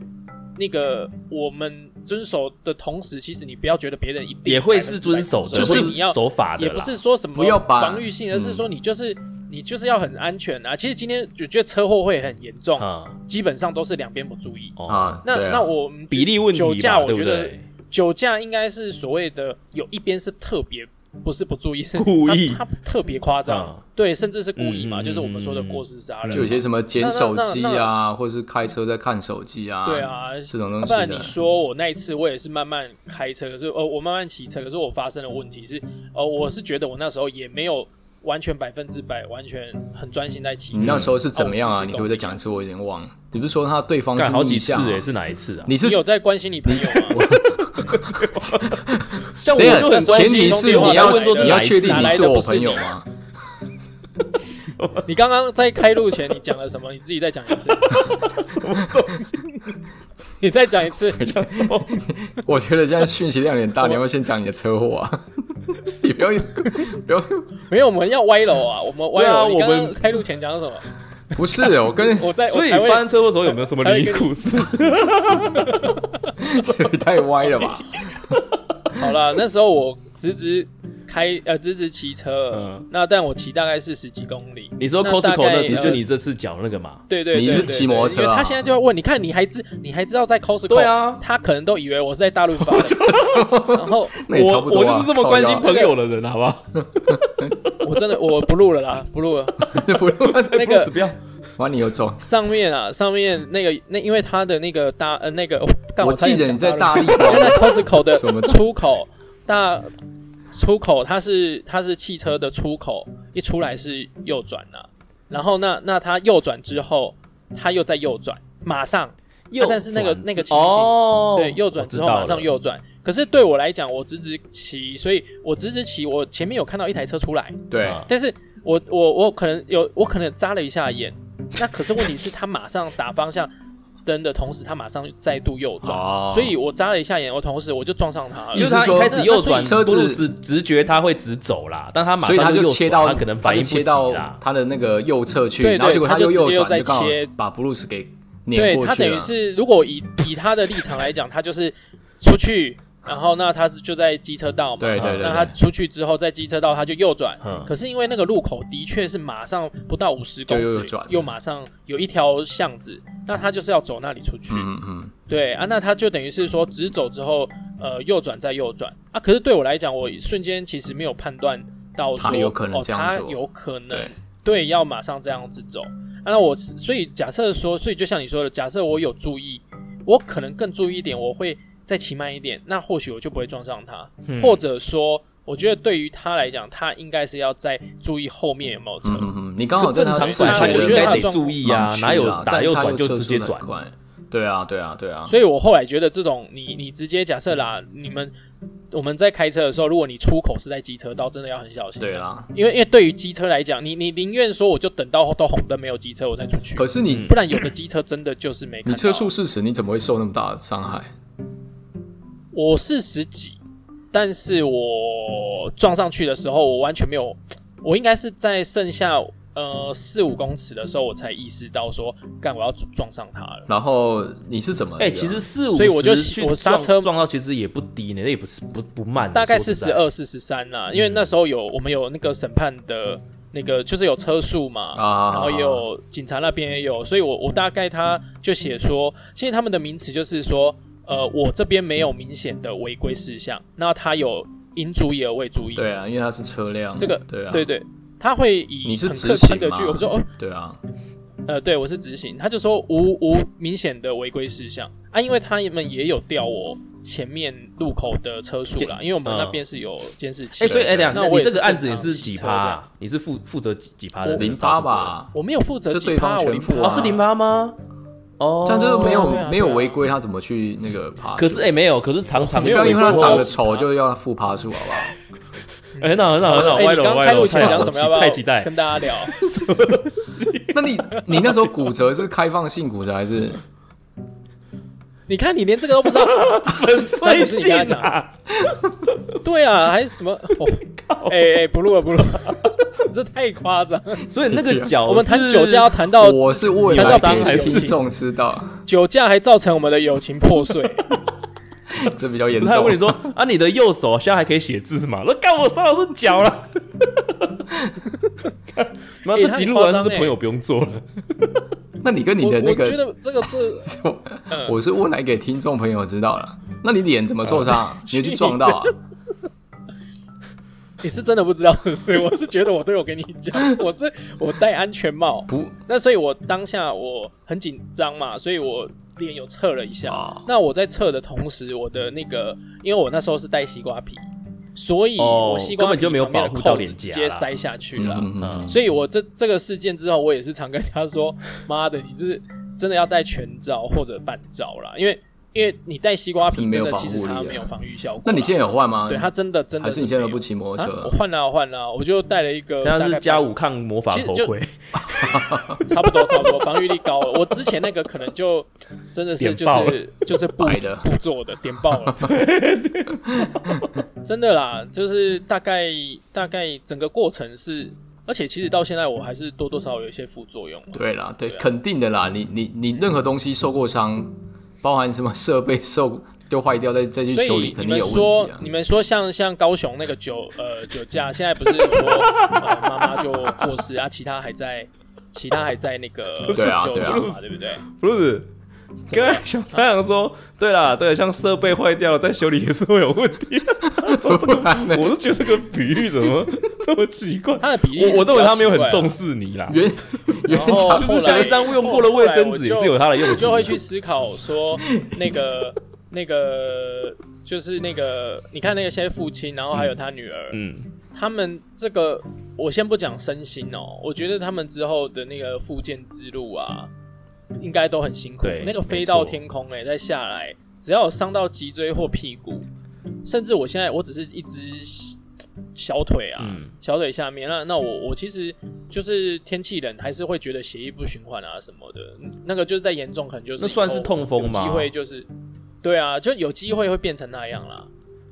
[SPEAKER 3] 那个我们遵守的同时，其实你不要觉得别人一定
[SPEAKER 2] 也会是遵守的，
[SPEAKER 3] 就
[SPEAKER 1] 就是
[SPEAKER 2] 或
[SPEAKER 3] 你要
[SPEAKER 2] 守法的
[SPEAKER 3] 也
[SPEAKER 2] 啦，嗯
[SPEAKER 3] 不是说什么
[SPEAKER 1] 不要把
[SPEAKER 3] 防御性，而是说你就是、你就是要很安全啊。其实今天我觉得车祸会很严重，
[SPEAKER 2] 啊
[SPEAKER 3] 基本上都是两边不注意。
[SPEAKER 2] 哦，
[SPEAKER 1] 啊，
[SPEAKER 3] 那、
[SPEAKER 1] 对啊
[SPEAKER 3] 那我们
[SPEAKER 2] 比例问题
[SPEAKER 3] 酒
[SPEAKER 2] 吧
[SPEAKER 3] 驾，我
[SPEAKER 2] 对不
[SPEAKER 3] 觉得
[SPEAKER 2] 对？
[SPEAKER 3] 酒驾应该是所谓的有一边是特别不是不注意，
[SPEAKER 2] (laughs)
[SPEAKER 3] 是
[SPEAKER 2] 故意
[SPEAKER 3] 他他特别夸张，
[SPEAKER 2] 啊，
[SPEAKER 3] 对，甚至是故意嘛，
[SPEAKER 2] 嗯嗯
[SPEAKER 3] 就是我们说的
[SPEAKER 2] 嗯嗯
[SPEAKER 3] 过失杀人
[SPEAKER 1] 就有
[SPEAKER 3] 嘛。
[SPEAKER 1] 些什么捡手机
[SPEAKER 3] 那那
[SPEAKER 1] 啊，或是开车在看手机啊，
[SPEAKER 3] 对，啊，
[SPEAKER 1] 这种东西
[SPEAKER 3] 要不然
[SPEAKER 1] 的
[SPEAKER 3] 你。说我那一次，我也是慢慢开车，可是呃，我慢慢骑车，可是我发生的问题是，呃，我是觉得我那时候也没有完全百分之百，完全很专心在骑
[SPEAKER 1] 你
[SPEAKER 3] 车。
[SPEAKER 1] 那时候是怎么样啊？
[SPEAKER 3] 哦
[SPEAKER 1] 你可不可以再讲一次？我有点忘了。你不是说他对方
[SPEAKER 2] 干
[SPEAKER 1] 是
[SPEAKER 2] 好几
[SPEAKER 1] 逆
[SPEAKER 2] 次
[SPEAKER 1] 向啊？
[SPEAKER 2] 哎，是哪一次啊？
[SPEAKER 1] 你是
[SPEAKER 3] 你有在关心你朋友
[SPEAKER 1] (laughs)
[SPEAKER 3] 吗？
[SPEAKER 2] 像我
[SPEAKER 1] 等一下
[SPEAKER 2] 就很
[SPEAKER 1] 前提
[SPEAKER 3] 中
[SPEAKER 1] 是
[SPEAKER 3] 间
[SPEAKER 1] 你
[SPEAKER 3] 我
[SPEAKER 1] 要
[SPEAKER 3] 才
[SPEAKER 2] 问说是
[SPEAKER 1] 你
[SPEAKER 2] 哪
[SPEAKER 1] 要
[SPEAKER 2] 一
[SPEAKER 1] 确
[SPEAKER 2] 次
[SPEAKER 1] 定
[SPEAKER 2] 啊
[SPEAKER 1] 你
[SPEAKER 3] 来
[SPEAKER 1] 是
[SPEAKER 3] 的
[SPEAKER 1] 我
[SPEAKER 3] 不是
[SPEAKER 1] 朋友
[SPEAKER 3] 你
[SPEAKER 1] 吗？
[SPEAKER 3] 你刚刚在开路前你讲了什么？你自己再讲一次。
[SPEAKER 2] 什么东西？
[SPEAKER 3] 你再讲
[SPEAKER 1] (laughs)
[SPEAKER 3] 一次。
[SPEAKER 2] 讲什
[SPEAKER 3] (laughs)
[SPEAKER 2] 么？
[SPEAKER 1] (laughs) 我觉得现在讯息量有点大，你要不要先讲你的车祸啊？ (laughs) 你不要不要，
[SPEAKER 3] 没有，我们要歪楼啊！我们歪
[SPEAKER 2] 对啊
[SPEAKER 3] 楼。你刚
[SPEAKER 2] 我
[SPEAKER 3] 刚
[SPEAKER 2] 们
[SPEAKER 3] 开路前讲了什么？
[SPEAKER 1] 不是我跟
[SPEAKER 2] (laughs)
[SPEAKER 3] 我在，
[SPEAKER 2] 所以
[SPEAKER 3] 我才
[SPEAKER 2] 你
[SPEAKER 3] 会
[SPEAKER 2] 发生车祸的时候有没有什么灵异故
[SPEAKER 3] (laughs)
[SPEAKER 2] 事？
[SPEAKER 1] 这也太歪了吧？
[SPEAKER 2] (laughs)
[SPEAKER 3] 好了，那时候我直直开呃直直骑车，
[SPEAKER 2] 嗯
[SPEAKER 3] 那但我骑大概是十几公里。
[SPEAKER 2] 你说
[SPEAKER 3] 那大
[SPEAKER 2] Costco
[SPEAKER 3] 概
[SPEAKER 2] 那只是
[SPEAKER 3] 呃
[SPEAKER 2] 你这次缴那个嘛？
[SPEAKER 3] 对对对，
[SPEAKER 1] 你是
[SPEAKER 3] 对
[SPEAKER 1] 骑摩托车啊
[SPEAKER 3] 对因为他现在就会问，你看你还知你还知道在 Costco？
[SPEAKER 2] 对啊
[SPEAKER 3] 他可能都以为我是在大陆
[SPEAKER 2] (laughs)
[SPEAKER 3] 发的。然后
[SPEAKER 1] 那也差
[SPEAKER 2] 我
[SPEAKER 1] 不多
[SPEAKER 2] 我
[SPEAKER 1] 啊。
[SPEAKER 2] 就是这么关心
[SPEAKER 1] 靠
[SPEAKER 2] 朋友的人，好不好？
[SPEAKER 3] 我真的我不录了啦，不
[SPEAKER 2] (laughs)
[SPEAKER 3] 录了。
[SPEAKER 1] 腰， (laughs) 不用
[SPEAKER 3] 那
[SPEAKER 2] Bruce，
[SPEAKER 3] 个
[SPEAKER 2] 哎不要，
[SPEAKER 1] 玩你有
[SPEAKER 2] (laughs)
[SPEAKER 1] 种。
[SPEAKER 3] 上面啊，上面那个那因为他的那个大呃那个，哦干
[SPEAKER 1] 我
[SPEAKER 3] 差
[SPEAKER 1] 记
[SPEAKER 3] 点
[SPEAKER 1] 得你在
[SPEAKER 3] 讲陆
[SPEAKER 1] 大力
[SPEAKER 3] 因为
[SPEAKER 1] 包 (laughs)
[SPEAKER 3] 在
[SPEAKER 2] (laughs)
[SPEAKER 3] Costco 的
[SPEAKER 1] 什么
[SPEAKER 3] 出口大出口，它是它是汽车的出口，一出来是右转呐、然后那那它右转之后，它又在右转，马上
[SPEAKER 2] 右
[SPEAKER 3] 啊但是那个
[SPEAKER 2] 转
[SPEAKER 3] 那个情形
[SPEAKER 2] 哦，
[SPEAKER 3] 对右转
[SPEAKER 2] 我知
[SPEAKER 3] 之后
[SPEAKER 2] 道
[SPEAKER 3] 马上
[SPEAKER 2] 了
[SPEAKER 3] 右转。可是对我来讲，我直直骑，所以我直直骑，我前面有看到一台车出来，
[SPEAKER 1] 对，
[SPEAKER 2] 啊
[SPEAKER 3] 但是我我我可能有我可能眨了一下眼，那可是问题是，他马上打方向灯的同时，他马上再度右转，
[SPEAKER 2] 啊
[SPEAKER 1] 哦
[SPEAKER 3] 所以我眨了一下眼，我同时我就撞上他了。
[SPEAKER 2] 就是
[SPEAKER 1] 是
[SPEAKER 2] 他一
[SPEAKER 1] 说
[SPEAKER 2] 开始右转
[SPEAKER 1] 那，所以车子
[SPEAKER 2] 布鲁斯直觉他会直走啦，但他马
[SPEAKER 1] 所以他
[SPEAKER 2] 上右
[SPEAKER 1] 就
[SPEAKER 2] 转，
[SPEAKER 1] 切到，
[SPEAKER 2] 他可能反应
[SPEAKER 1] 他
[SPEAKER 2] 不
[SPEAKER 1] 就切
[SPEAKER 2] 及
[SPEAKER 1] 到
[SPEAKER 2] 啦。
[SPEAKER 1] 他的那个右侧去，
[SPEAKER 3] 对对
[SPEAKER 1] 然后结果
[SPEAKER 3] 他
[SPEAKER 1] 又
[SPEAKER 3] 就直
[SPEAKER 1] 右
[SPEAKER 3] 接又
[SPEAKER 1] 转，
[SPEAKER 3] 再
[SPEAKER 1] 就刚好
[SPEAKER 3] 切
[SPEAKER 1] 把布鲁斯给
[SPEAKER 3] 对
[SPEAKER 1] 碾过
[SPEAKER 3] 他
[SPEAKER 1] 去啊
[SPEAKER 3] 等于
[SPEAKER 1] 了。
[SPEAKER 3] 是，如果以以他的立场来讲，他就是出去，然后那他是就在机车道嘛，
[SPEAKER 1] 对对对
[SPEAKER 3] 那他
[SPEAKER 1] 对，
[SPEAKER 3] 出去之后在机车道他就右转。
[SPEAKER 2] 嗯，
[SPEAKER 3] 可是因为那个路口的确是马上不到五十公
[SPEAKER 1] 就右
[SPEAKER 3] 尺
[SPEAKER 1] 转，
[SPEAKER 3] 又马上有一条巷子，那他就是要走那里出去。
[SPEAKER 1] 嗯嗯，
[SPEAKER 3] 对啊，那他就等于是说直走之后，呃，右转再右转啊。可是对我来讲，我瞬间其实没有判断到说
[SPEAKER 1] 他有可能这样
[SPEAKER 3] 哦，
[SPEAKER 1] 做
[SPEAKER 3] 他有可能
[SPEAKER 1] 对，
[SPEAKER 3] 对，要马上这样子走。啊那我是所以假设说，所以就像你说的，假设我有注意，我可能更注意一点，我会再骑慢一点，那或许我就不会撞上他，
[SPEAKER 2] 嗯
[SPEAKER 3] 或者说，我觉得对于他来讲，他应该是要再注意后面有没有车。
[SPEAKER 1] 嗯嗯嗯，你刚好
[SPEAKER 2] 就
[SPEAKER 1] 在
[SPEAKER 2] 正
[SPEAKER 1] 他
[SPEAKER 2] 常
[SPEAKER 1] 视
[SPEAKER 2] 拐
[SPEAKER 3] 他
[SPEAKER 2] 他
[SPEAKER 1] 觉
[SPEAKER 2] 就
[SPEAKER 3] 我
[SPEAKER 2] 应
[SPEAKER 3] 觉
[SPEAKER 1] 的
[SPEAKER 3] 得
[SPEAKER 2] 该
[SPEAKER 3] 他
[SPEAKER 2] 得注意啊
[SPEAKER 1] 盲，区
[SPEAKER 2] 哪有
[SPEAKER 1] 啦
[SPEAKER 2] 打
[SPEAKER 1] 但
[SPEAKER 2] 右
[SPEAKER 1] 他
[SPEAKER 2] 转就
[SPEAKER 1] 车
[SPEAKER 2] 直
[SPEAKER 1] 速
[SPEAKER 2] 接
[SPEAKER 1] 得很
[SPEAKER 2] 转？
[SPEAKER 1] 快？对啊对啊对啊，
[SPEAKER 3] 所以我后来觉得这种你你直接假设啦，你们我们在开车的时候，如果你出口是在机车道，真的要很小心。
[SPEAKER 1] 对，啦。
[SPEAKER 2] 嗯
[SPEAKER 3] 因为因为对于机车来讲，你你宁愿说我就等到都红灯没有机车我再出去，
[SPEAKER 1] 可是
[SPEAKER 2] 嗯
[SPEAKER 1] 你
[SPEAKER 3] 不然有的机车真的就是没
[SPEAKER 1] 你
[SPEAKER 3] 看到。
[SPEAKER 1] 车速四十，你怎么会受那么大的伤害？
[SPEAKER 3] 我是十几，但是我撞上去的时候，我完全没有，我应该是在剩下呃四五公尺的时候，我才意识到说，干我要撞上他了。
[SPEAKER 1] 然后你是怎么？
[SPEAKER 2] 哎、其实四五，
[SPEAKER 3] 所以我就我刹车
[SPEAKER 2] 撞到，其实也不低呢，那也不是不不慢，
[SPEAKER 3] 大概
[SPEAKER 2] 说
[SPEAKER 3] 是
[SPEAKER 2] 实
[SPEAKER 3] 十
[SPEAKER 2] 在，
[SPEAKER 3] 二、四十三啦，因为那时候有我们有那个审判的那个，就是有车速嘛，
[SPEAKER 1] 啊，
[SPEAKER 3] 然后也
[SPEAKER 2] 哎
[SPEAKER 3] 有警察那边也有，所以我我大概他就写说，其实他们的名词就是说，呃，我这边没有明显的违规事项，那他有应注意而未注意，
[SPEAKER 1] 对啊，因为它是车辆，
[SPEAKER 3] 这个
[SPEAKER 1] 对啊
[SPEAKER 3] 对对，他会以
[SPEAKER 1] 你是
[SPEAKER 3] 很
[SPEAKER 1] 执
[SPEAKER 3] 客
[SPEAKER 1] 行
[SPEAKER 3] 观的
[SPEAKER 1] 吗
[SPEAKER 3] 去，我说哦，
[SPEAKER 1] 对啊，
[SPEAKER 3] 呃，对我是执行，他就说无无明显的违规事项啊，因为他们也有调我前面路口的车速啦，因为我们那边是有监视器
[SPEAKER 2] 哎、
[SPEAKER 1] 嗯
[SPEAKER 3] 的，
[SPEAKER 2] 所以哎，两、
[SPEAKER 3] 那我
[SPEAKER 2] 你
[SPEAKER 3] 也
[SPEAKER 2] 这
[SPEAKER 3] 是
[SPEAKER 2] 个案子你
[SPEAKER 3] 正常
[SPEAKER 2] 是
[SPEAKER 3] 骑
[SPEAKER 2] 几
[SPEAKER 3] 车
[SPEAKER 2] 趴、
[SPEAKER 3] 这样
[SPEAKER 2] 啊
[SPEAKER 3] 子？
[SPEAKER 2] 你是负负责几几趴的？
[SPEAKER 1] 零八，吧，
[SPEAKER 3] 我没有负责
[SPEAKER 1] 就
[SPEAKER 3] 几
[SPEAKER 1] 对方
[SPEAKER 3] 趴我
[SPEAKER 1] 全
[SPEAKER 3] 零
[SPEAKER 1] 付
[SPEAKER 3] 趴
[SPEAKER 1] 啊
[SPEAKER 2] 哦，是零八吗？哦，
[SPEAKER 1] 这样就是没有、
[SPEAKER 3] 对啊对啊
[SPEAKER 1] 没有违规，他怎么去那个爬？
[SPEAKER 2] 可是哎、没有，可是常常
[SPEAKER 1] 你
[SPEAKER 3] 没
[SPEAKER 1] 不
[SPEAKER 3] 有
[SPEAKER 1] 要因为他
[SPEAKER 3] 违规
[SPEAKER 1] 长
[SPEAKER 3] 我
[SPEAKER 1] 得丑就要他付爬数，好不
[SPEAKER 3] (laughs)
[SPEAKER 1] 好？
[SPEAKER 2] 哎、很好很好很好，
[SPEAKER 3] 哎
[SPEAKER 2] 歪
[SPEAKER 3] 你
[SPEAKER 2] 楼
[SPEAKER 3] 刚
[SPEAKER 2] 歪
[SPEAKER 3] 开
[SPEAKER 2] 楼，
[SPEAKER 3] 路前
[SPEAKER 2] 太
[SPEAKER 3] 讲
[SPEAKER 2] 好
[SPEAKER 3] 什么？
[SPEAKER 2] 奇
[SPEAKER 3] 要不要
[SPEAKER 2] 太期待，
[SPEAKER 3] 跟大家聊？ (laughs)
[SPEAKER 1] 那你你那时候骨折是开放性骨折还是？
[SPEAKER 3] 你看你连这个都不知
[SPEAKER 2] (laughs)
[SPEAKER 3] 道，
[SPEAKER 2] 粉碎性
[SPEAKER 3] 这不是你跟
[SPEAKER 2] 啊！
[SPEAKER 3] 对啊，还是什么？哦哎哎，不录了不录了， (laughs) 这太夸张。
[SPEAKER 2] 所以那
[SPEAKER 3] (laughs)
[SPEAKER 2] 个脚，
[SPEAKER 3] 啊我们谈酒驾要谈到
[SPEAKER 1] 我是为
[SPEAKER 3] 谈
[SPEAKER 1] 了
[SPEAKER 3] 到
[SPEAKER 2] 伤
[SPEAKER 1] 给
[SPEAKER 2] 还
[SPEAKER 3] 彼此
[SPEAKER 2] 是
[SPEAKER 1] 听
[SPEAKER 3] 友情，
[SPEAKER 1] 众知
[SPEAKER 3] (laughs)
[SPEAKER 1] 道，
[SPEAKER 3] 酒驾还造成我们的友情
[SPEAKER 2] (laughs)
[SPEAKER 3] 破碎。
[SPEAKER 1] 这比较严
[SPEAKER 2] 他还问你
[SPEAKER 1] 重。
[SPEAKER 2] 说
[SPEAKER 3] (laughs)
[SPEAKER 2] 啊，你的右手现在还可以写字吗？那干我伤到是脚
[SPEAKER 3] (laughs)
[SPEAKER 2] 了。妈，
[SPEAKER 3] 欸
[SPEAKER 2] 这集录完是不是朋友不用做了。
[SPEAKER 1] 那你跟你
[SPEAKER 3] 我
[SPEAKER 1] 的那
[SPEAKER 3] 我觉
[SPEAKER 1] 个，
[SPEAKER 3] 得这个这
[SPEAKER 1] 我
[SPEAKER 3] 嗯
[SPEAKER 1] 我是问来给听众朋
[SPEAKER 3] 嗯
[SPEAKER 1] 友知道了。那你脸怎么受伤？你有去撞到啊？
[SPEAKER 3] (laughs) 你是真的不知道，是不是？我是觉得我都有跟你讲，我是我戴安全帽，
[SPEAKER 1] 不
[SPEAKER 3] 那所以我当下我很紧张嘛，所以我脸有侧了一下。
[SPEAKER 1] 啊
[SPEAKER 3] 那我在测的同时，我的那个，因为我那时候是戴西瓜皮，所以
[SPEAKER 2] 哦
[SPEAKER 3] 我西瓜
[SPEAKER 2] 根
[SPEAKER 3] 皮
[SPEAKER 2] 本就没有
[SPEAKER 3] 旁边
[SPEAKER 2] 保护
[SPEAKER 3] 的
[SPEAKER 2] 到
[SPEAKER 3] 扣子
[SPEAKER 2] 脸颊
[SPEAKER 3] 直
[SPEAKER 2] 啦
[SPEAKER 3] 接塞下 (laughs) 去了。
[SPEAKER 1] 嗯嗯
[SPEAKER 3] 所以我这这个事件之后，我也是常跟他
[SPEAKER 1] (laughs)
[SPEAKER 3] 说：“妈的，你是真的要戴全罩或者半罩啦，因为因为你戴西瓜
[SPEAKER 1] 是
[SPEAKER 3] 皮
[SPEAKER 1] 没有
[SPEAKER 3] 真的
[SPEAKER 1] 保
[SPEAKER 3] 其实
[SPEAKER 1] 护力
[SPEAKER 3] 它
[SPEAKER 1] 啊
[SPEAKER 3] 没有防御效果啦。
[SPEAKER 1] 那你现在有换吗？
[SPEAKER 3] 对它真的真的
[SPEAKER 1] 还是你现在都
[SPEAKER 3] 没有
[SPEAKER 1] 不骑摩托车
[SPEAKER 3] 啊我
[SPEAKER 1] 了？
[SPEAKER 3] 换了、换了、我就戴了一
[SPEAKER 2] (laughs)
[SPEAKER 3] 个
[SPEAKER 2] 现
[SPEAKER 3] 大
[SPEAKER 2] 在
[SPEAKER 3] 概
[SPEAKER 2] 是
[SPEAKER 3] 半，
[SPEAKER 2] 加五抗魔法头盔，
[SPEAKER 3] 差不多差不多，防御力高了。我之前那个可
[SPEAKER 1] (laughs)
[SPEAKER 3] 能就真的是
[SPEAKER 2] 点
[SPEAKER 3] 就
[SPEAKER 2] 爆
[SPEAKER 3] 是就是布
[SPEAKER 1] 白的
[SPEAKER 3] 布做的，点
[SPEAKER 1] (laughs)
[SPEAKER 3] 爆了。真的啦，就是大概大概整个过程是，而且其实到现在我还是多多少少有一些副作用啊。
[SPEAKER 1] 对啦，对，肯定的啦。你你你任何东西受过伤，包含什么设备受就坏掉，再再去
[SPEAKER 3] 所
[SPEAKER 1] 修理，
[SPEAKER 3] 以
[SPEAKER 1] 肯定
[SPEAKER 3] 你们
[SPEAKER 1] 有问
[SPEAKER 3] 说
[SPEAKER 1] 题啊，
[SPEAKER 3] 你。们说像像高雄那个酒呃酒驾，现在不
[SPEAKER 1] (laughs)
[SPEAKER 3] 是说呃妈妈、就过世啊，其他还在，其他还在那个
[SPEAKER 1] 对啊
[SPEAKER 3] 酒
[SPEAKER 1] 对啊
[SPEAKER 3] 驾嘛，对不对？
[SPEAKER 2] 不是？
[SPEAKER 3] 啊
[SPEAKER 2] 刚才想他想说，对啦，对，像设备坏掉了，再修理也是会有问
[SPEAKER 3] (laughs)
[SPEAKER 2] 题。怎么这
[SPEAKER 1] 不然呢
[SPEAKER 2] 个，我是觉得这个比喻怎么 (laughs) 这么奇怪？
[SPEAKER 3] 他的比例是
[SPEAKER 2] 我我认为他没有很
[SPEAKER 3] 比较奇怪啊
[SPEAKER 2] 重视你啦，
[SPEAKER 1] 原原
[SPEAKER 3] 然后
[SPEAKER 1] 厂
[SPEAKER 2] 就
[SPEAKER 3] 后
[SPEAKER 2] 是
[SPEAKER 3] 来
[SPEAKER 2] 像一张用过的卫生纸也是有它的用
[SPEAKER 3] 我
[SPEAKER 2] 途
[SPEAKER 3] 就。会去思考说，那个 (laughs) 那个就是那个，你看那些父亲，然后还有他女儿，
[SPEAKER 2] 嗯，
[SPEAKER 3] 他们这个我先不讲身心哦，我觉得他们之后的那个复健之路啊，应该都很辛苦
[SPEAKER 2] 对。
[SPEAKER 3] 那个飞
[SPEAKER 2] 没错
[SPEAKER 3] 到天空哎、再下来，只要有伤到脊椎或屁股，甚至我现在我只是一只小小腿啊，
[SPEAKER 2] 嗯
[SPEAKER 3] 小腿下面，那那我我其实就是天气冷，还是会觉得血液不循环啊什么的，嗯那个就是再严重可能就是
[SPEAKER 2] 那算
[SPEAKER 3] 以
[SPEAKER 2] 是
[SPEAKER 3] 后
[SPEAKER 2] 痛风
[SPEAKER 3] 有
[SPEAKER 2] 吗
[SPEAKER 3] 机会就是，对啊，就有机会会变成那样啦。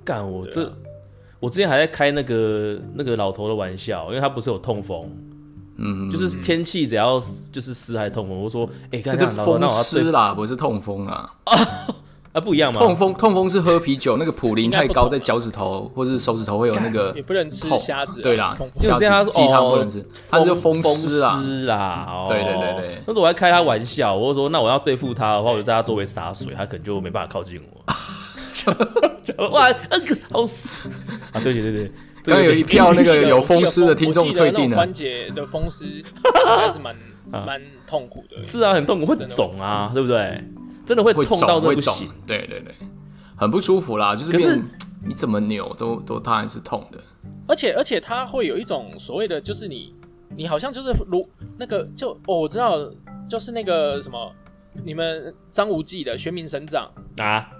[SPEAKER 2] 干我
[SPEAKER 3] 对
[SPEAKER 2] 这
[SPEAKER 3] 啊，
[SPEAKER 2] 我之前还在开那个那个老头的玩笑，因为他不是有痛风，
[SPEAKER 1] 嗯，
[SPEAKER 2] 就是天气只要就是湿还痛风。我说，哎，看
[SPEAKER 1] 那是
[SPEAKER 2] 看老头，那
[SPEAKER 1] 风
[SPEAKER 2] 我要
[SPEAKER 1] 湿
[SPEAKER 2] 对
[SPEAKER 1] 啦，不是痛风啦。
[SPEAKER 2] 啊不一样嘛，
[SPEAKER 1] 痛风痛风是喝啤酒，那个普林
[SPEAKER 3] 应该
[SPEAKER 1] 太
[SPEAKER 3] 不
[SPEAKER 1] 高，
[SPEAKER 3] 同
[SPEAKER 1] 在
[SPEAKER 3] 啊
[SPEAKER 1] 脚趾头或是手指头会有那个
[SPEAKER 3] 也不能吃
[SPEAKER 1] 痛
[SPEAKER 3] 虾子啊
[SPEAKER 1] 对啦
[SPEAKER 3] 痛，风
[SPEAKER 2] 就是这样他
[SPEAKER 1] 虾子
[SPEAKER 2] 说
[SPEAKER 1] 鸡汤
[SPEAKER 2] 哦
[SPEAKER 1] 不能吃，它就
[SPEAKER 2] 风
[SPEAKER 1] 湿啊。
[SPEAKER 2] 湿啦，哦
[SPEAKER 1] 对对对对
[SPEAKER 2] 那时候我还开他玩笑，我就说那我要对付他的话，我就在他周围洒水，他可能就没办法靠近我。
[SPEAKER 1] (laughs)
[SPEAKER 2] 讲讲哇，那个好湿啊！对对对对，这
[SPEAKER 1] 刚刚
[SPEAKER 2] 个
[SPEAKER 1] 有一票那
[SPEAKER 3] 我
[SPEAKER 1] 个
[SPEAKER 3] 记得
[SPEAKER 1] 有
[SPEAKER 3] 我记得
[SPEAKER 1] 风湿的听
[SPEAKER 3] 我
[SPEAKER 1] 众
[SPEAKER 3] 记得
[SPEAKER 1] 退
[SPEAKER 3] 那种
[SPEAKER 1] 订了啊
[SPEAKER 3] 关，节的风
[SPEAKER 1] (laughs)
[SPEAKER 3] 湿应该是蛮蛮痛苦的。
[SPEAKER 2] 是啊，很痛苦，会
[SPEAKER 3] 真的
[SPEAKER 2] 肿啊，对不对？真的会
[SPEAKER 1] 会
[SPEAKER 2] 痛
[SPEAKER 1] 肿
[SPEAKER 2] 到这
[SPEAKER 1] 会
[SPEAKER 2] 不
[SPEAKER 1] 肿
[SPEAKER 2] 行。，
[SPEAKER 1] 对对对，很不舒服啦，就是
[SPEAKER 2] 可是
[SPEAKER 1] 变你怎么扭都都它还是痛的。
[SPEAKER 3] 而且而且它会有一种所谓的，就是你你好像就是如那个就哦，我知道，就是那个什么，你们张无忌的《玄冥神掌》
[SPEAKER 2] 啊，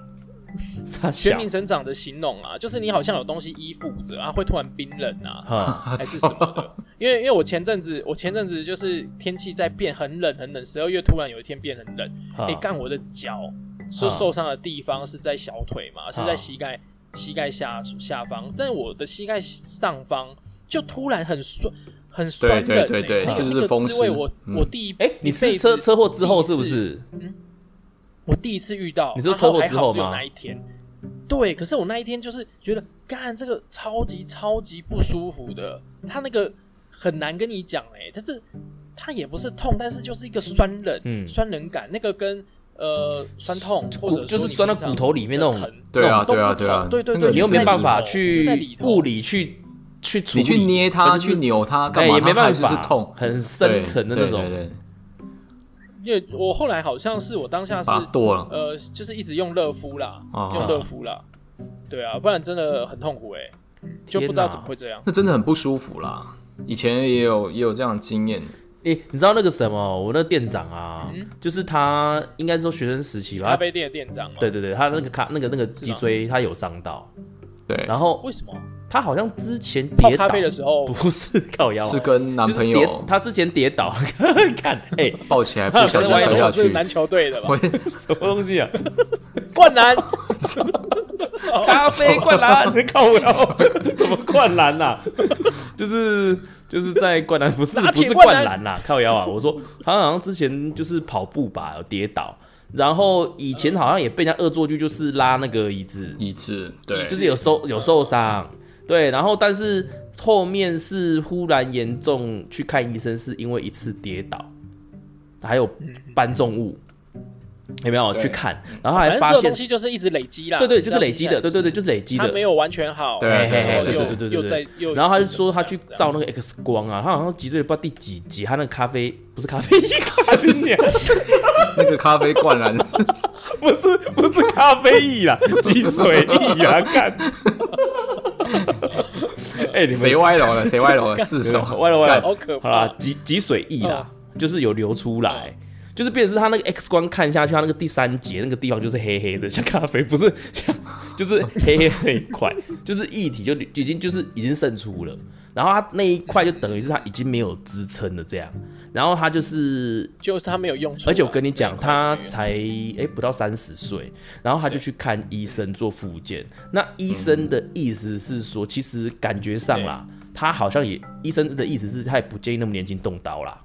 [SPEAKER 2] (laughs) 傻
[SPEAKER 3] 《玄
[SPEAKER 2] 笑
[SPEAKER 3] 冥神掌》的形容啊，就是你好像有东西依附着啊，会突然冰冷啊，
[SPEAKER 2] 哈，
[SPEAKER 3] 还是什么的。因为因为我前阵子我前阵子就是天气在变很冷很冷，十二月突然有一天变很冷，
[SPEAKER 1] 嗯啊
[SPEAKER 2] 哈
[SPEAKER 3] 哎、干我的脚，说
[SPEAKER 2] 啊
[SPEAKER 3] 受伤的地方是在小腿
[SPEAKER 1] 啊
[SPEAKER 3] 嘛，是在膝盖膝盖下下方，但我的膝盖上方就突然很酸，很酸
[SPEAKER 1] 对
[SPEAKER 3] 冷、
[SPEAKER 1] 对
[SPEAKER 3] 欸，
[SPEAKER 1] 对对
[SPEAKER 3] 那个
[SPEAKER 1] 就是
[SPEAKER 3] 那个
[SPEAKER 1] 风
[SPEAKER 3] 滋味
[SPEAKER 1] 湿
[SPEAKER 3] 我
[SPEAKER 1] 嗯
[SPEAKER 3] 我第一
[SPEAKER 2] 哎，你
[SPEAKER 3] 一
[SPEAKER 2] 是
[SPEAKER 3] 辈子
[SPEAKER 2] 车车祸之后是不
[SPEAKER 3] 第一次
[SPEAKER 2] 是？
[SPEAKER 3] 我第一次遇到，
[SPEAKER 2] 你是说
[SPEAKER 3] 然后
[SPEAKER 2] 车祸
[SPEAKER 3] 还
[SPEAKER 2] 之
[SPEAKER 3] 好
[SPEAKER 2] 后
[SPEAKER 3] 只有
[SPEAKER 2] 吗
[SPEAKER 3] 那一天，对，可是我那一天就是觉得，干这个超级超级不舒服的，他那个很难跟你讲哎、欸，但是他也不是痛，但是就是一个酸冷，
[SPEAKER 2] 嗯
[SPEAKER 3] 酸冷感，那个跟呃酸痛或
[SPEAKER 2] 骨
[SPEAKER 3] 者
[SPEAKER 2] 就是
[SPEAKER 3] 说你
[SPEAKER 2] 酸到
[SPEAKER 3] 平常
[SPEAKER 2] 骨头里面那
[SPEAKER 3] 的
[SPEAKER 2] 种
[SPEAKER 3] 疼，
[SPEAKER 1] (laughs) 对啊
[SPEAKER 3] 那种
[SPEAKER 1] 对啊
[SPEAKER 3] 都不
[SPEAKER 1] 对啊
[SPEAKER 3] 痛对对
[SPEAKER 1] 那个
[SPEAKER 3] 对，
[SPEAKER 2] 你又
[SPEAKER 3] 就在
[SPEAKER 2] 没办法
[SPEAKER 3] 里头就在
[SPEAKER 2] 去
[SPEAKER 3] 里头
[SPEAKER 2] 物理去去处
[SPEAKER 1] 你
[SPEAKER 2] 理，
[SPEAKER 1] 去捏
[SPEAKER 2] 可
[SPEAKER 1] 它，
[SPEAKER 2] 是
[SPEAKER 1] 去扭它，干
[SPEAKER 2] 哎
[SPEAKER 1] 嘛？
[SPEAKER 2] 也没
[SPEAKER 1] 它还
[SPEAKER 2] 办
[SPEAKER 1] 是是
[SPEAKER 2] 法，
[SPEAKER 1] 痛，
[SPEAKER 2] 很
[SPEAKER 1] 对
[SPEAKER 2] 深层的那
[SPEAKER 1] 对
[SPEAKER 2] 种
[SPEAKER 1] 对。对
[SPEAKER 3] 因为我后来好像是我当下是
[SPEAKER 1] 把它剁了。
[SPEAKER 3] 呃，就是一直用热敷啦，
[SPEAKER 2] 啊
[SPEAKER 1] 哦
[SPEAKER 3] 用热敷啦，对啊，不然真的很痛苦哎、就不知道
[SPEAKER 2] 天哪
[SPEAKER 3] 怎么会这样。
[SPEAKER 1] 那真的很不舒服啦。以前也有也有这样的经验，
[SPEAKER 2] 你、哎你知道那个什么，我那店长啊，
[SPEAKER 3] 嗯
[SPEAKER 2] 就是他应该是说学生时期吧，
[SPEAKER 3] 咖
[SPEAKER 2] 他
[SPEAKER 3] 啡店的店长嘛，
[SPEAKER 2] 对对对，他那个咖那个那个脊椎
[SPEAKER 3] 哦
[SPEAKER 2] 他有伤到，
[SPEAKER 1] 对，
[SPEAKER 2] 然后
[SPEAKER 3] 为什么
[SPEAKER 2] 他好像之前
[SPEAKER 3] 泡
[SPEAKER 2] 跌倒
[SPEAKER 3] 咖，啡的时候
[SPEAKER 2] (laughs) 不是靠腰，啊
[SPEAKER 1] 是跟男
[SPEAKER 2] 哦就是
[SPEAKER 1] 朋
[SPEAKER 2] 跌
[SPEAKER 1] 友
[SPEAKER 2] 他之前跌倒， (laughs) 看哎、
[SPEAKER 1] 抱起来不小
[SPEAKER 2] 可
[SPEAKER 1] 心
[SPEAKER 2] 能
[SPEAKER 1] 摔
[SPEAKER 2] 我
[SPEAKER 1] 下
[SPEAKER 3] 我是
[SPEAKER 1] 去，
[SPEAKER 3] 篮球队的吧？
[SPEAKER 1] 我
[SPEAKER 2] 什么东西啊？
[SPEAKER 3] 灌篮，
[SPEAKER 2] (laughs) 咖啡灌篮，靠腰，怎么灌篮呐、啊？ (laughs) 就是就是在灌篮，不是
[SPEAKER 3] 拿
[SPEAKER 2] 不
[SPEAKER 3] 铁
[SPEAKER 2] 是
[SPEAKER 3] 灌
[SPEAKER 2] 灌
[SPEAKER 3] 篮
[SPEAKER 2] 篮啦、靠腰啊！我说他好像之前就是跑步吧，有跌倒，然后以前好像也被人家恶作剧，就是拉那个椅子，
[SPEAKER 1] 一致对，
[SPEAKER 2] 就是有受有受伤，对，然后但是后面是忽然严重去看医生，是因为一次跌倒，还有搬重物，有没有
[SPEAKER 1] 对
[SPEAKER 2] 去看？然后
[SPEAKER 3] 反
[SPEAKER 2] 还
[SPEAKER 3] 正
[SPEAKER 2] 发
[SPEAKER 3] 这个
[SPEAKER 2] 现
[SPEAKER 3] 东，西啊就是一直累积啦。
[SPEAKER 2] 对对，就是累
[SPEAKER 3] 你知
[SPEAKER 2] 积
[SPEAKER 3] 道
[SPEAKER 2] 的，对对对，就是累积
[SPEAKER 3] 它
[SPEAKER 2] 的。
[SPEAKER 3] 没有完全好，
[SPEAKER 1] 对
[SPEAKER 3] 然后
[SPEAKER 1] 嘿嘿
[SPEAKER 3] 又
[SPEAKER 1] 对
[SPEAKER 2] 对对对
[SPEAKER 3] 又
[SPEAKER 2] 对
[SPEAKER 3] 在又，
[SPEAKER 2] 然后他就说他去
[SPEAKER 3] 这
[SPEAKER 2] 照
[SPEAKER 3] 样
[SPEAKER 2] 那个 X 光啊，他好像脊椎不知道第几集，他那个咖啡不是咖啡因，咖啡因啊
[SPEAKER 1] 那个咖啡灌篮，
[SPEAKER 2] 不是不是咖啡液啦， (laughs) 脊髓液啊，看。 (laughs) 哎、你们
[SPEAKER 1] 谁歪楼了？谁歪楼了？自首，
[SPEAKER 2] (laughs) 歪了歪了
[SPEAKER 1] 干
[SPEAKER 3] 好可
[SPEAKER 2] 好
[SPEAKER 3] 怕嗯
[SPEAKER 2] 啦，，脊脊髓液啦，就是有流出来，就是变成是他那个 X 光看下去，他那个第三节那个地方就是黑黑的，像咖啡，不是 (laughs) 像就是黑黑那一块， (laughs) 就是液体就已经就是已经渗出了，然后它那一块就等于是它已经没有支撑了这样，然后它就是
[SPEAKER 3] 就是他没有用处啊。
[SPEAKER 2] 而且我跟你讲，
[SPEAKER 3] 这样
[SPEAKER 2] 他
[SPEAKER 3] 子没有用处
[SPEAKER 2] 才哎、不到三十岁，然后他就去看医生做复健。那医
[SPEAKER 1] 嗯
[SPEAKER 2] 生的意思是说，其实感觉上啦，他好像也医生的意思是，他也不建议那么年轻动刀啦。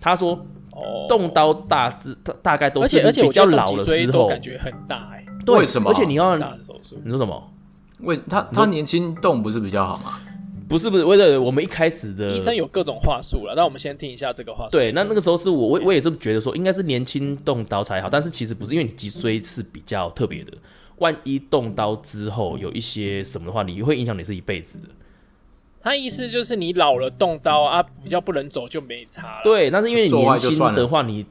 [SPEAKER 2] 他说
[SPEAKER 3] 哦
[SPEAKER 2] 动刀大致大大概都
[SPEAKER 3] 而
[SPEAKER 2] 是
[SPEAKER 3] 且而且
[SPEAKER 2] 比
[SPEAKER 3] 我觉
[SPEAKER 2] 较
[SPEAKER 3] 得动
[SPEAKER 2] 老
[SPEAKER 3] 脊
[SPEAKER 2] 了
[SPEAKER 3] 椎
[SPEAKER 2] 之
[SPEAKER 3] 都
[SPEAKER 2] 后，
[SPEAKER 3] 感觉很大哎，
[SPEAKER 2] 对
[SPEAKER 1] 为什么
[SPEAKER 2] 而且你要
[SPEAKER 3] 很大的手术。
[SPEAKER 2] 你说什么？
[SPEAKER 1] 为他他年轻动不是比较好吗？
[SPEAKER 2] 不是不是，为了我们一开始的
[SPEAKER 3] 医生有各种话术了，那我们先听一下这个话术。
[SPEAKER 2] 对，那那个时候是我我我也这么觉得说，应该是年轻动刀才好，但是其实不是，因为你脊椎是比较特别的，万一动刀之后有一些什么的话，你会影响你是一辈子的。
[SPEAKER 3] 他意思就是你老了动刀啊，比较不能走就没差了。
[SPEAKER 2] 对，但是因为你
[SPEAKER 1] 做坏
[SPEAKER 2] 年
[SPEAKER 1] 就
[SPEAKER 2] 轻
[SPEAKER 1] 算了
[SPEAKER 2] 的话，你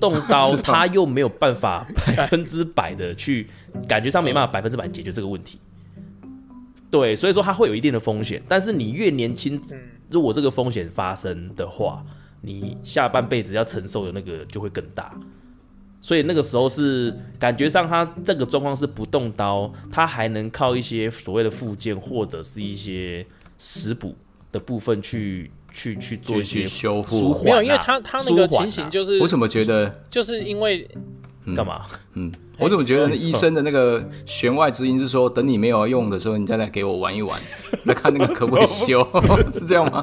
[SPEAKER 2] 动刀
[SPEAKER 1] 是，吧
[SPEAKER 2] 他又没有办法百分之百的去，感觉上没办法百分之百解决这个问题。对，所以说它会有一定的风险，但是你越年轻，如果这个风险发生的话，你下半辈子要承受的那个就会更大。所以那个时候是感觉上他这个状况是不动刀，他还能靠一些所谓的附件或者是一些食补的部分去去去做一
[SPEAKER 1] 去
[SPEAKER 2] 些
[SPEAKER 1] 去修复
[SPEAKER 2] 舒缓啊
[SPEAKER 3] 没有，因为他他那个情
[SPEAKER 2] 舒
[SPEAKER 3] 形
[SPEAKER 2] 啊
[SPEAKER 3] 就是
[SPEAKER 1] 我怎么觉得
[SPEAKER 3] 就是因为
[SPEAKER 2] 缓啊干嘛？
[SPEAKER 1] 我怎么觉得那
[SPEAKER 2] 哎
[SPEAKER 1] 医生的那个弦外之音是说，等你没有用的时候，你再来给我玩一玩，来看那个可不可以修，是这样吗？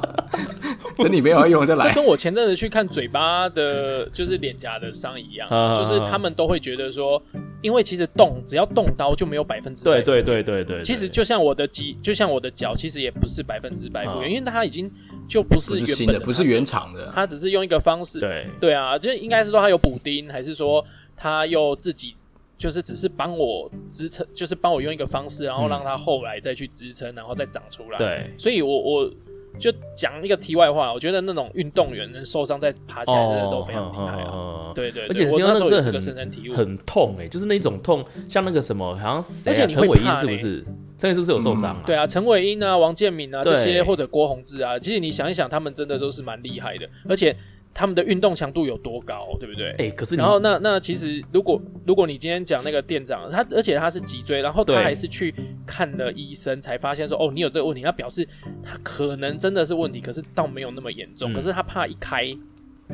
[SPEAKER 1] 等你没有要用再
[SPEAKER 3] 这
[SPEAKER 1] 来。
[SPEAKER 3] 跟我前阵子去看嘴巴的，就是脸颊的伤一样
[SPEAKER 2] 啊，
[SPEAKER 3] 就是他们都会觉得说，因为其实动只要动刀就没有百分之百
[SPEAKER 2] (laughs) 对对对对对对，
[SPEAKER 3] 其实就像我的脊，就像我的脚，其实也不是百分之百
[SPEAKER 2] 啊
[SPEAKER 3] 复原，因为它已经就不是
[SPEAKER 1] 不是
[SPEAKER 3] 原
[SPEAKER 1] 新
[SPEAKER 3] 本
[SPEAKER 1] 的，不是
[SPEAKER 3] 它
[SPEAKER 1] 原厂的，
[SPEAKER 3] 它只是用一个方式。
[SPEAKER 2] 对
[SPEAKER 3] 对啊，就应该是说它有补丁，还是说它又自己就是只是帮我支撑，就是帮我用一个方式，然后让它后来再去支撑，然后再长出来。，
[SPEAKER 2] 嗯对
[SPEAKER 3] 所以我我就讲一个题外话，我觉得那种运动员能受伤再爬起来，真的都非常厉害啊。
[SPEAKER 2] 哦，
[SPEAKER 3] 对对，对
[SPEAKER 2] 而且
[SPEAKER 3] 我
[SPEAKER 2] 听到
[SPEAKER 3] 那时候
[SPEAKER 2] 那
[SPEAKER 3] 有
[SPEAKER 2] 个
[SPEAKER 3] 这个
[SPEAKER 2] 真
[SPEAKER 3] 深
[SPEAKER 2] 的
[SPEAKER 3] 深体悟，
[SPEAKER 2] 很痛哎，就是那种痛，像那个什么，好像是谁
[SPEAKER 3] 而且
[SPEAKER 2] 啊
[SPEAKER 3] 你
[SPEAKER 2] 陈
[SPEAKER 3] 会
[SPEAKER 2] 伟英
[SPEAKER 3] 怕欸
[SPEAKER 2] 是不
[SPEAKER 3] 嘞
[SPEAKER 2] 是？陈伟英是不是有受伤啊？
[SPEAKER 3] 对啊，陈伟英啊、王建民啊
[SPEAKER 2] 对
[SPEAKER 3] 这些，或者郭宏志啊，其实你想一想，他们真的都是蛮厉害的，而且他们的运动强度有多高，对不对？
[SPEAKER 2] 哎，可是你
[SPEAKER 3] 然后那那其实如果如果你今天讲那个店长，他而且他是脊椎，然后他
[SPEAKER 2] 对
[SPEAKER 3] 还是去看了医生，才发现说哦你有这个问题，那表示他可能真的是问题，可是倒没有那么严
[SPEAKER 2] 嗯
[SPEAKER 3] 重，可是他怕一开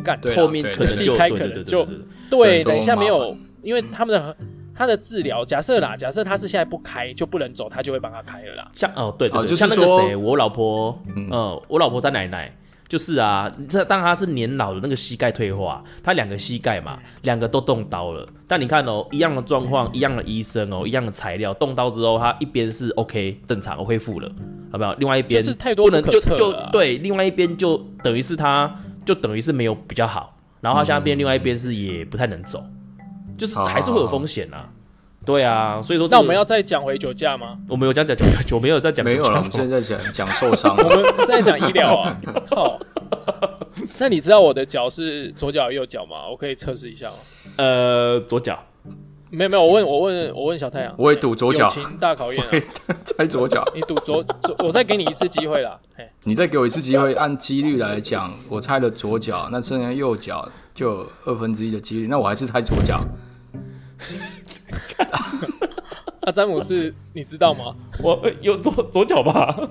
[SPEAKER 3] 干
[SPEAKER 1] 对啊
[SPEAKER 2] 后面可能就
[SPEAKER 3] 离开
[SPEAKER 2] 对
[SPEAKER 3] 可
[SPEAKER 2] 对对
[SPEAKER 3] 能就
[SPEAKER 2] 对对。
[SPEAKER 3] 对，
[SPEAKER 1] 很多
[SPEAKER 3] 等一下没
[SPEAKER 1] 麻
[SPEAKER 3] 有
[SPEAKER 1] 烦，嗯
[SPEAKER 3] 因为他们的。他的治疗，假设啦，假设他是现在不开就不能走，他就会帮他开了啦。
[SPEAKER 2] 像哦，对对
[SPEAKER 1] 哦
[SPEAKER 2] 对，
[SPEAKER 1] 就是
[SPEAKER 2] 像那个
[SPEAKER 1] 说
[SPEAKER 2] 谁，我老婆，嗯、呃，我老婆她奶奶就是啊，这当她是年老的那个膝盖退化，她两个膝盖嘛，两个都动刀了。但你看哦，一样的状况，一样的医生哦，一样的材料，动刀之后，她一边是 OK 正常恢复了，好不好？另外一边
[SPEAKER 3] 就是太多
[SPEAKER 2] 不能
[SPEAKER 3] 不可
[SPEAKER 2] 就
[SPEAKER 3] 测
[SPEAKER 2] 就
[SPEAKER 3] 了啊
[SPEAKER 2] 对，另外一边就等于是她就等于是没有比较好，然后她下边
[SPEAKER 1] 嗯
[SPEAKER 2] 另外一边是也不太能走，就是
[SPEAKER 1] 好
[SPEAKER 2] 还是会有
[SPEAKER 1] 好好
[SPEAKER 2] 风险啊。对啊，所以说这
[SPEAKER 3] 那我
[SPEAKER 2] 个
[SPEAKER 3] 们要再讲回酒驾吗？
[SPEAKER 2] 我们有讲讲讲，我没有在讲
[SPEAKER 1] 没有
[SPEAKER 2] 讲
[SPEAKER 1] 了。我们现在在讲讲受伤，
[SPEAKER 3] 我们是在讲医疗
[SPEAKER 1] (laughs)
[SPEAKER 3] 啊。靠！那你知道我的脚是左脚还是右脚吗？我可以测试一下吗？
[SPEAKER 2] 呃，左脚，
[SPEAKER 3] 没有没有，我问我问我问小太阳，
[SPEAKER 1] 我也赌左脚
[SPEAKER 3] 友情大考验
[SPEAKER 1] (laughs)
[SPEAKER 3] 啊！
[SPEAKER 1] 猜左脚。
[SPEAKER 3] 你赌左左，我再给你一次机会啦。嘿
[SPEAKER 1] 你再给我一次机会，按几率来讲，我猜了左脚，那剩下右脚就有二分之一的几率，那我还是猜左脚。
[SPEAKER 3] 那詹姆斯，你知
[SPEAKER 1] (laughs)
[SPEAKER 3] 道吗？
[SPEAKER 2] 我呃有左左脚吧？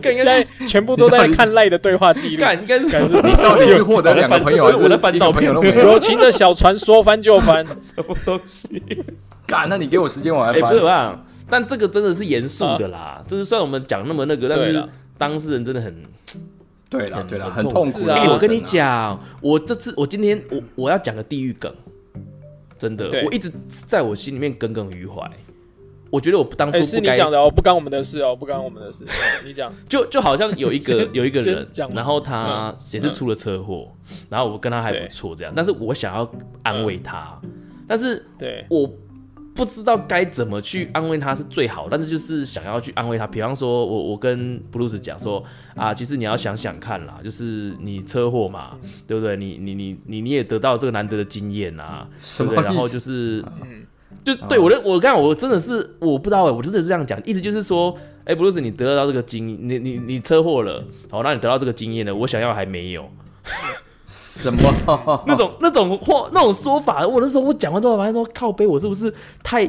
[SPEAKER 2] 干应该
[SPEAKER 3] 现在全部都在看赖的对话记录。
[SPEAKER 2] 干应该是
[SPEAKER 3] 干是
[SPEAKER 1] 你到底是获得两个朋友，还是
[SPEAKER 2] 我在翻
[SPEAKER 1] 一个
[SPEAKER 2] 照
[SPEAKER 1] 朋
[SPEAKER 2] 片
[SPEAKER 1] 友都没有？
[SPEAKER 3] 友情的小船说翻就翻，
[SPEAKER 2] 什么东西？
[SPEAKER 1] 干，那你给我时间，我
[SPEAKER 2] 哎、
[SPEAKER 1] 来
[SPEAKER 2] 不
[SPEAKER 1] 翻
[SPEAKER 2] 是。吧？但这个真的是严肃的啦，这是算我们讲那么那个，但
[SPEAKER 3] 对
[SPEAKER 2] 是
[SPEAKER 3] 了
[SPEAKER 2] 当事人真的很
[SPEAKER 1] 对了，对了，很
[SPEAKER 2] 很
[SPEAKER 1] 痛
[SPEAKER 2] 痛
[SPEAKER 1] 苦
[SPEAKER 3] 是
[SPEAKER 1] 的过
[SPEAKER 3] 啊
[SPEAKER 1] 程啊。
[SPEAKER 2] 哎、我跟你讲，我这次我今天我我要讲个地狱梗，真的
[SPEAKER 3] 对，
[SPEAKER 2] 我一直在我心里面耿耿于怀。我觉得我当初
[SPEAKER 3] 哎，是
[SPEAKER 2] 不
[SPEAKER 3] 你
[SPEAKER 2] 该
[SPEAKER 3] 讲的哦，不干我们的事哦，不干我们的事。你讲，
[SPEAKER 2] 就就好像有一个
[SPEAKER 3] (laughs) 先
[SPEAKER 2] 有一个人
[SPEAKER 3] 先讲，嗯完
[SPEAKER 2] 然后他也是出了车祸，然后我跟他还不错这
[SPEAKER 3] 嗯
[SPEAKER 2] 样，但是我想要安慰他，但是
[SPEAKER 3] 对，
[SPEAKER 2] 我不知道该怎么去安慰他是最好，但是就是想要去安慰他。比方说我，我跟布鲁斯讲说啊，其实你要想想看啦，就是你车祸嘛，对不对？你你你你你也得到这个难得的经验啊，
[SPEAKER 1] 什
[SPEAKER 2] 对
[SPEAKER 1] 么意思？哦
[SPEAKER 2] 不对？然后就是
[SPEAKER 3] 嗯，
[SPEAKER 2] 就对我的，我刚我真的是我不知道哎、我就是这样讲，意思就是说，哎、布鲁斯，你得到这个经，你你你车祸了，好，那你得到这个经验了，我想要还没
[SPEAKER 1] 哦
[SPEAKER 2] 有，
[SPEAKER 1] 什么？ (laughs)
[SPEAKER 2] 那种那种话那种说法，我那时候我讲完之后，发现说靠背，我是不是太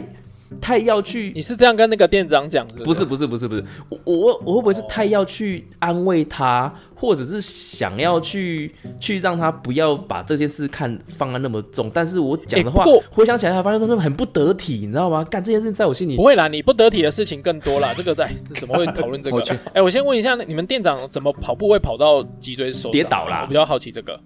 [SPEAKER 2] 太要去？
[SPEAKER 3] 你是这样跟那个店长讲，是
[SPEAKER 2] 不
[SPEAKER 3] 是
[SPEAKER 2] 是？不是不是不是，我我我会不会是太要去安慰他，或者是想要去去让他不要把这件事看放在那么重？但是我讲的话
[SPEAKER 3] 欸不过，
[SPEAKER 2] 回想起来，才发现真的很不得体，你知道吗？干这件事在我心里
[SPEAKER 3] 不会啦，你不得体的事情更多啦。这个在怎么会
[SPEAKER 2] (laughs)
[SPEAKER 3] 讨论这个
[SPEAKER 1] 我觉？
[SPEAKER 3] 哎，我先问一下，你们店长怎么跑步会跑到脊椎受伤啊
[SPEAKER 2] 跌倒啦
[SPEAKER 3] 我比较好奇这个。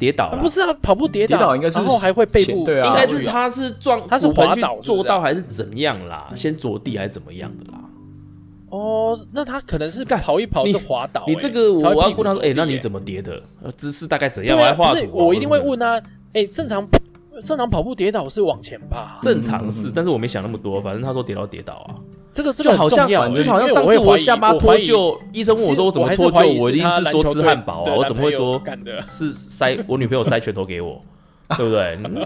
[SPEAKER 2] 跌倒了
[SPEAKER 3] 啊不。是啊，跑步跌倒，
[SPEAKER 1] 跌倒应该是
[SPEAKER 3] 然后还会背部，
[SPEAKER 1] 前对啊
[SPEAKER 2] 应该是他
[SPEAKER 3] 他。
[SPEAKER 2] 是撞，
[SPEAKER 3] 他是
[SPEAKER 2] 骨盆
[SPEAKER 3] 滑
[SPEAKER 2] 去
[SPEAKER 3] 倒是不是
[SPEAKER 2] 做到还是怎样啦？先着地还是怎么样的啦？
[SPEAKER 3] 哦，那他可能是
[SPEAKER 2] 干
[SPEAKER 3] 跑一跑
[SPEAKER 2] 你
[SPEAKER 3] 是滑倒、欸
[SPEAKER 2] 你这个我要问他说，哎、
[SPEAKER 3] 哎、
[SPEAKER 2] 那你怎么跌的？呃姿势大概怎
[SPEAKER 3] 对
[SPEAKER 2] 样？我还
[SPEAKER 3] 啊，
[SPEAKER 2] 画
[SPEAKER 3] 不
[SPEAKER 2] 图
[SPEAKER 3] 是
[SPEAKER 2] 啊，
[SPEAKER 3] 我一定会
[SPEAKER 2] 对不对
[SPEAKER 3] 问他，哎、正常正常跑步跌倒是往前吧？
[SPEAKER 2] 正常是，但是我没想那么多，反正他说跌倒跌倒啊，
[SPEAKER 3] 这个这
[SPEAKER 2] 就
[SPEAKER 3] 个很
[SPEAKER 2] 好像
[SPEAKER 3] 重要欸，
[SPEAKER 2] 就好像
[SPEAKER 3] 因为
[SPEAKER 2] 上
[SPEAKER 3] 会
[SPEAKER 2] 次
[SPEAKER 3] 怀疑
[SPEAKER 2] 下巴脱，臼，医生问我
[SPEAKER 3] 我
[SPEAKER 2] 说我怎么
[SPEAKER 3] 还是
[SPEAKER 2] 脱
[SPEAKER 3] 怀疑
[SPEAKER 2] 臼，我一
[SPEAKER 3] 是
[SPEAKER 2] 定
[SPEAKER 3] 他
[SPEAKER 2] 是
[SPEAKER 3] 篮
[SPEAKER 2] 说
[SPEAKER 3] 球
[SPEAKER 2] 吃
[SPEAKER 3] 队
[SPEAKER 2] 汉堡啊，
[SPEAKER 3] 对
[SPEAKER 2] 我怎么会
[SPEAKER 3] 男朋友
[SPEAKER 2] 说
[SPEAKER 3] 干的？
[SPEAKER 2] 是塞我女朋友塞拳头给
[SPEAKER 3] (laughs)
[SPEAKER 2] 我，对不对？嗯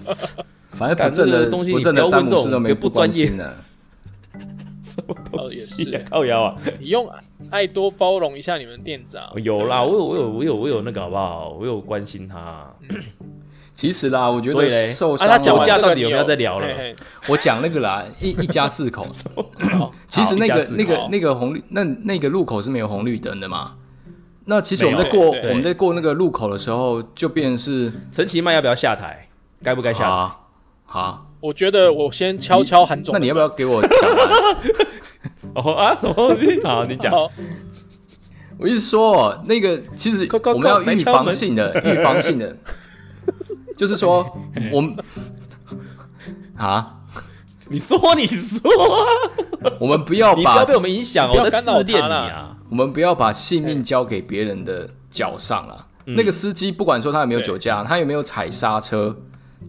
[SPEAKER 1] 反正
[SPEAKER 2] 干
[SPEAKER 1] 不正
[SPEAKER 2] 这
[SPEAKER 1] 的
[SPEAKER 2] 个东西
[SPEAKER 1] 不正
[SPEAKER 2] 你
[SPEAKER 1] 的
[SPEAKER 2] 不要
[SPEAKER 1] 詹
[SPEAKER 2] 问这
[SPEAKER 1] 姆斯
[SPEAKER 2] 种
[SPEAKER 1] 都没
[SPEAKER 2] 不专业
[SPEAKER 1] 关心的。
[SPEAKER 2] 什么东
[SPEAKER 3] 哦
[SPEAKER 2] 西
[SPEAKER 3] 也
[SPEAKER 2] 啊
[SPEAKER 3] 是？
[SPEAKER 2] 靠腰啊！
[SPEAKER 3] 你用爱多包容一下你们店长。
[SPEAKER 2] 哦有啦，
[SPEAKER 3] 对
[SPEAKER 2] 我有我有我有我有那个好不好？我有关心他。
[SPEAKER 3] 嗯
[SPEAKER 1] 其实啦，我觉
[SPEAKER 2] 所以
[SPEAKER 1] 得
[SPEAKER 2] 嘞
[SPEAKER 1] 受
[SPEAKER 3] 不
[SPEAKER 1] 伤
[SPEAKER 3] 对，
[SPEAKER 1] 了、
[SPEAKER 3] 啊，他讲
[SPEAKER 2] 我
[SPEAKER 3] 完
[SPEAKER 2] 架
[SPEAKER 3] 这个
[SPEAKER 2] 到底有没有
[SPEAKER 3] 你
[SPEAKER 2] 在聊了
[SPEAKER 3] 嘿嘿
[SPEAKER 1] 我讲那个啦，一一家四
[SPEAKER 2] (laughs)
[SPEAKER 1] 口。
[SPEAKER 3] 好
[SPEAKER 1] 其实那
[SPEAKER 2] 一家
[SPEAKER 1] 个
[SPEAKER 2] 四口
[SPEAKER 1] 那个那个红绿那那个路口是没有红绿灯的嘛。那其实我们在
[SPEAKER 3] 没有
[SPEAKER 1] 过
[SPEAKER 3] 对
[SPEAKER 2] 对
[SPEAKER 1] 我们在过那个路口的时候，就变成是
[SPEAKER 2] 陈其迈要不要下台？该不该下台？
[SPEAKER 1] 啊好，
[SPEAKER 3] 我觉得我先悄悄喊总，
[SPEAKER 1] 那你要不要给我讲完？ (laughs)
[SPEAKER 2] 哦啊，什么东西？好，你讲。
[SPEAKER 3] 好
[SPEAKER 1] 我一直说，哦那个其实
[SPEAKER 2] Go, go,
[SPEAKER 1] 我
[SPEAKER 2] go，
[SPEAKER 1] 们要预
[SPEAKER 2] 来敲
[SPEAKER 1] 防
[SPEAKER 2] 门
[SPEAKER 1] 性
[SPEAKER 2] (laughs)
[SPEAKER 1] 的，预防性的，就是说我们啊，
[SPEAKER 2] 你说，你说啊，
[SPEAKER 1] 我们不要
[SPEAKER 2] 你不要
[SPEAKER 1] 把
[SPEAKER 2] 被我们影响，哦
[SPEAKER 3] 你不要
[SPEAKER 2] 我在
[SPEAKER 3] 干扰
[SPEAKER 2] 试炼
[SPEAKER 3] 他
[SPEAKER 2] 你
[SPEAKER 3] 啦
[SPEAKER 2] 啊。
[SPEAKER 1] 我们不要把性命交给别人的脚上了。
[SPEAKER 2] 嗯
[SPEAKER 1] 那个司机不管说他有没有酒驾，他有没有踩刹车，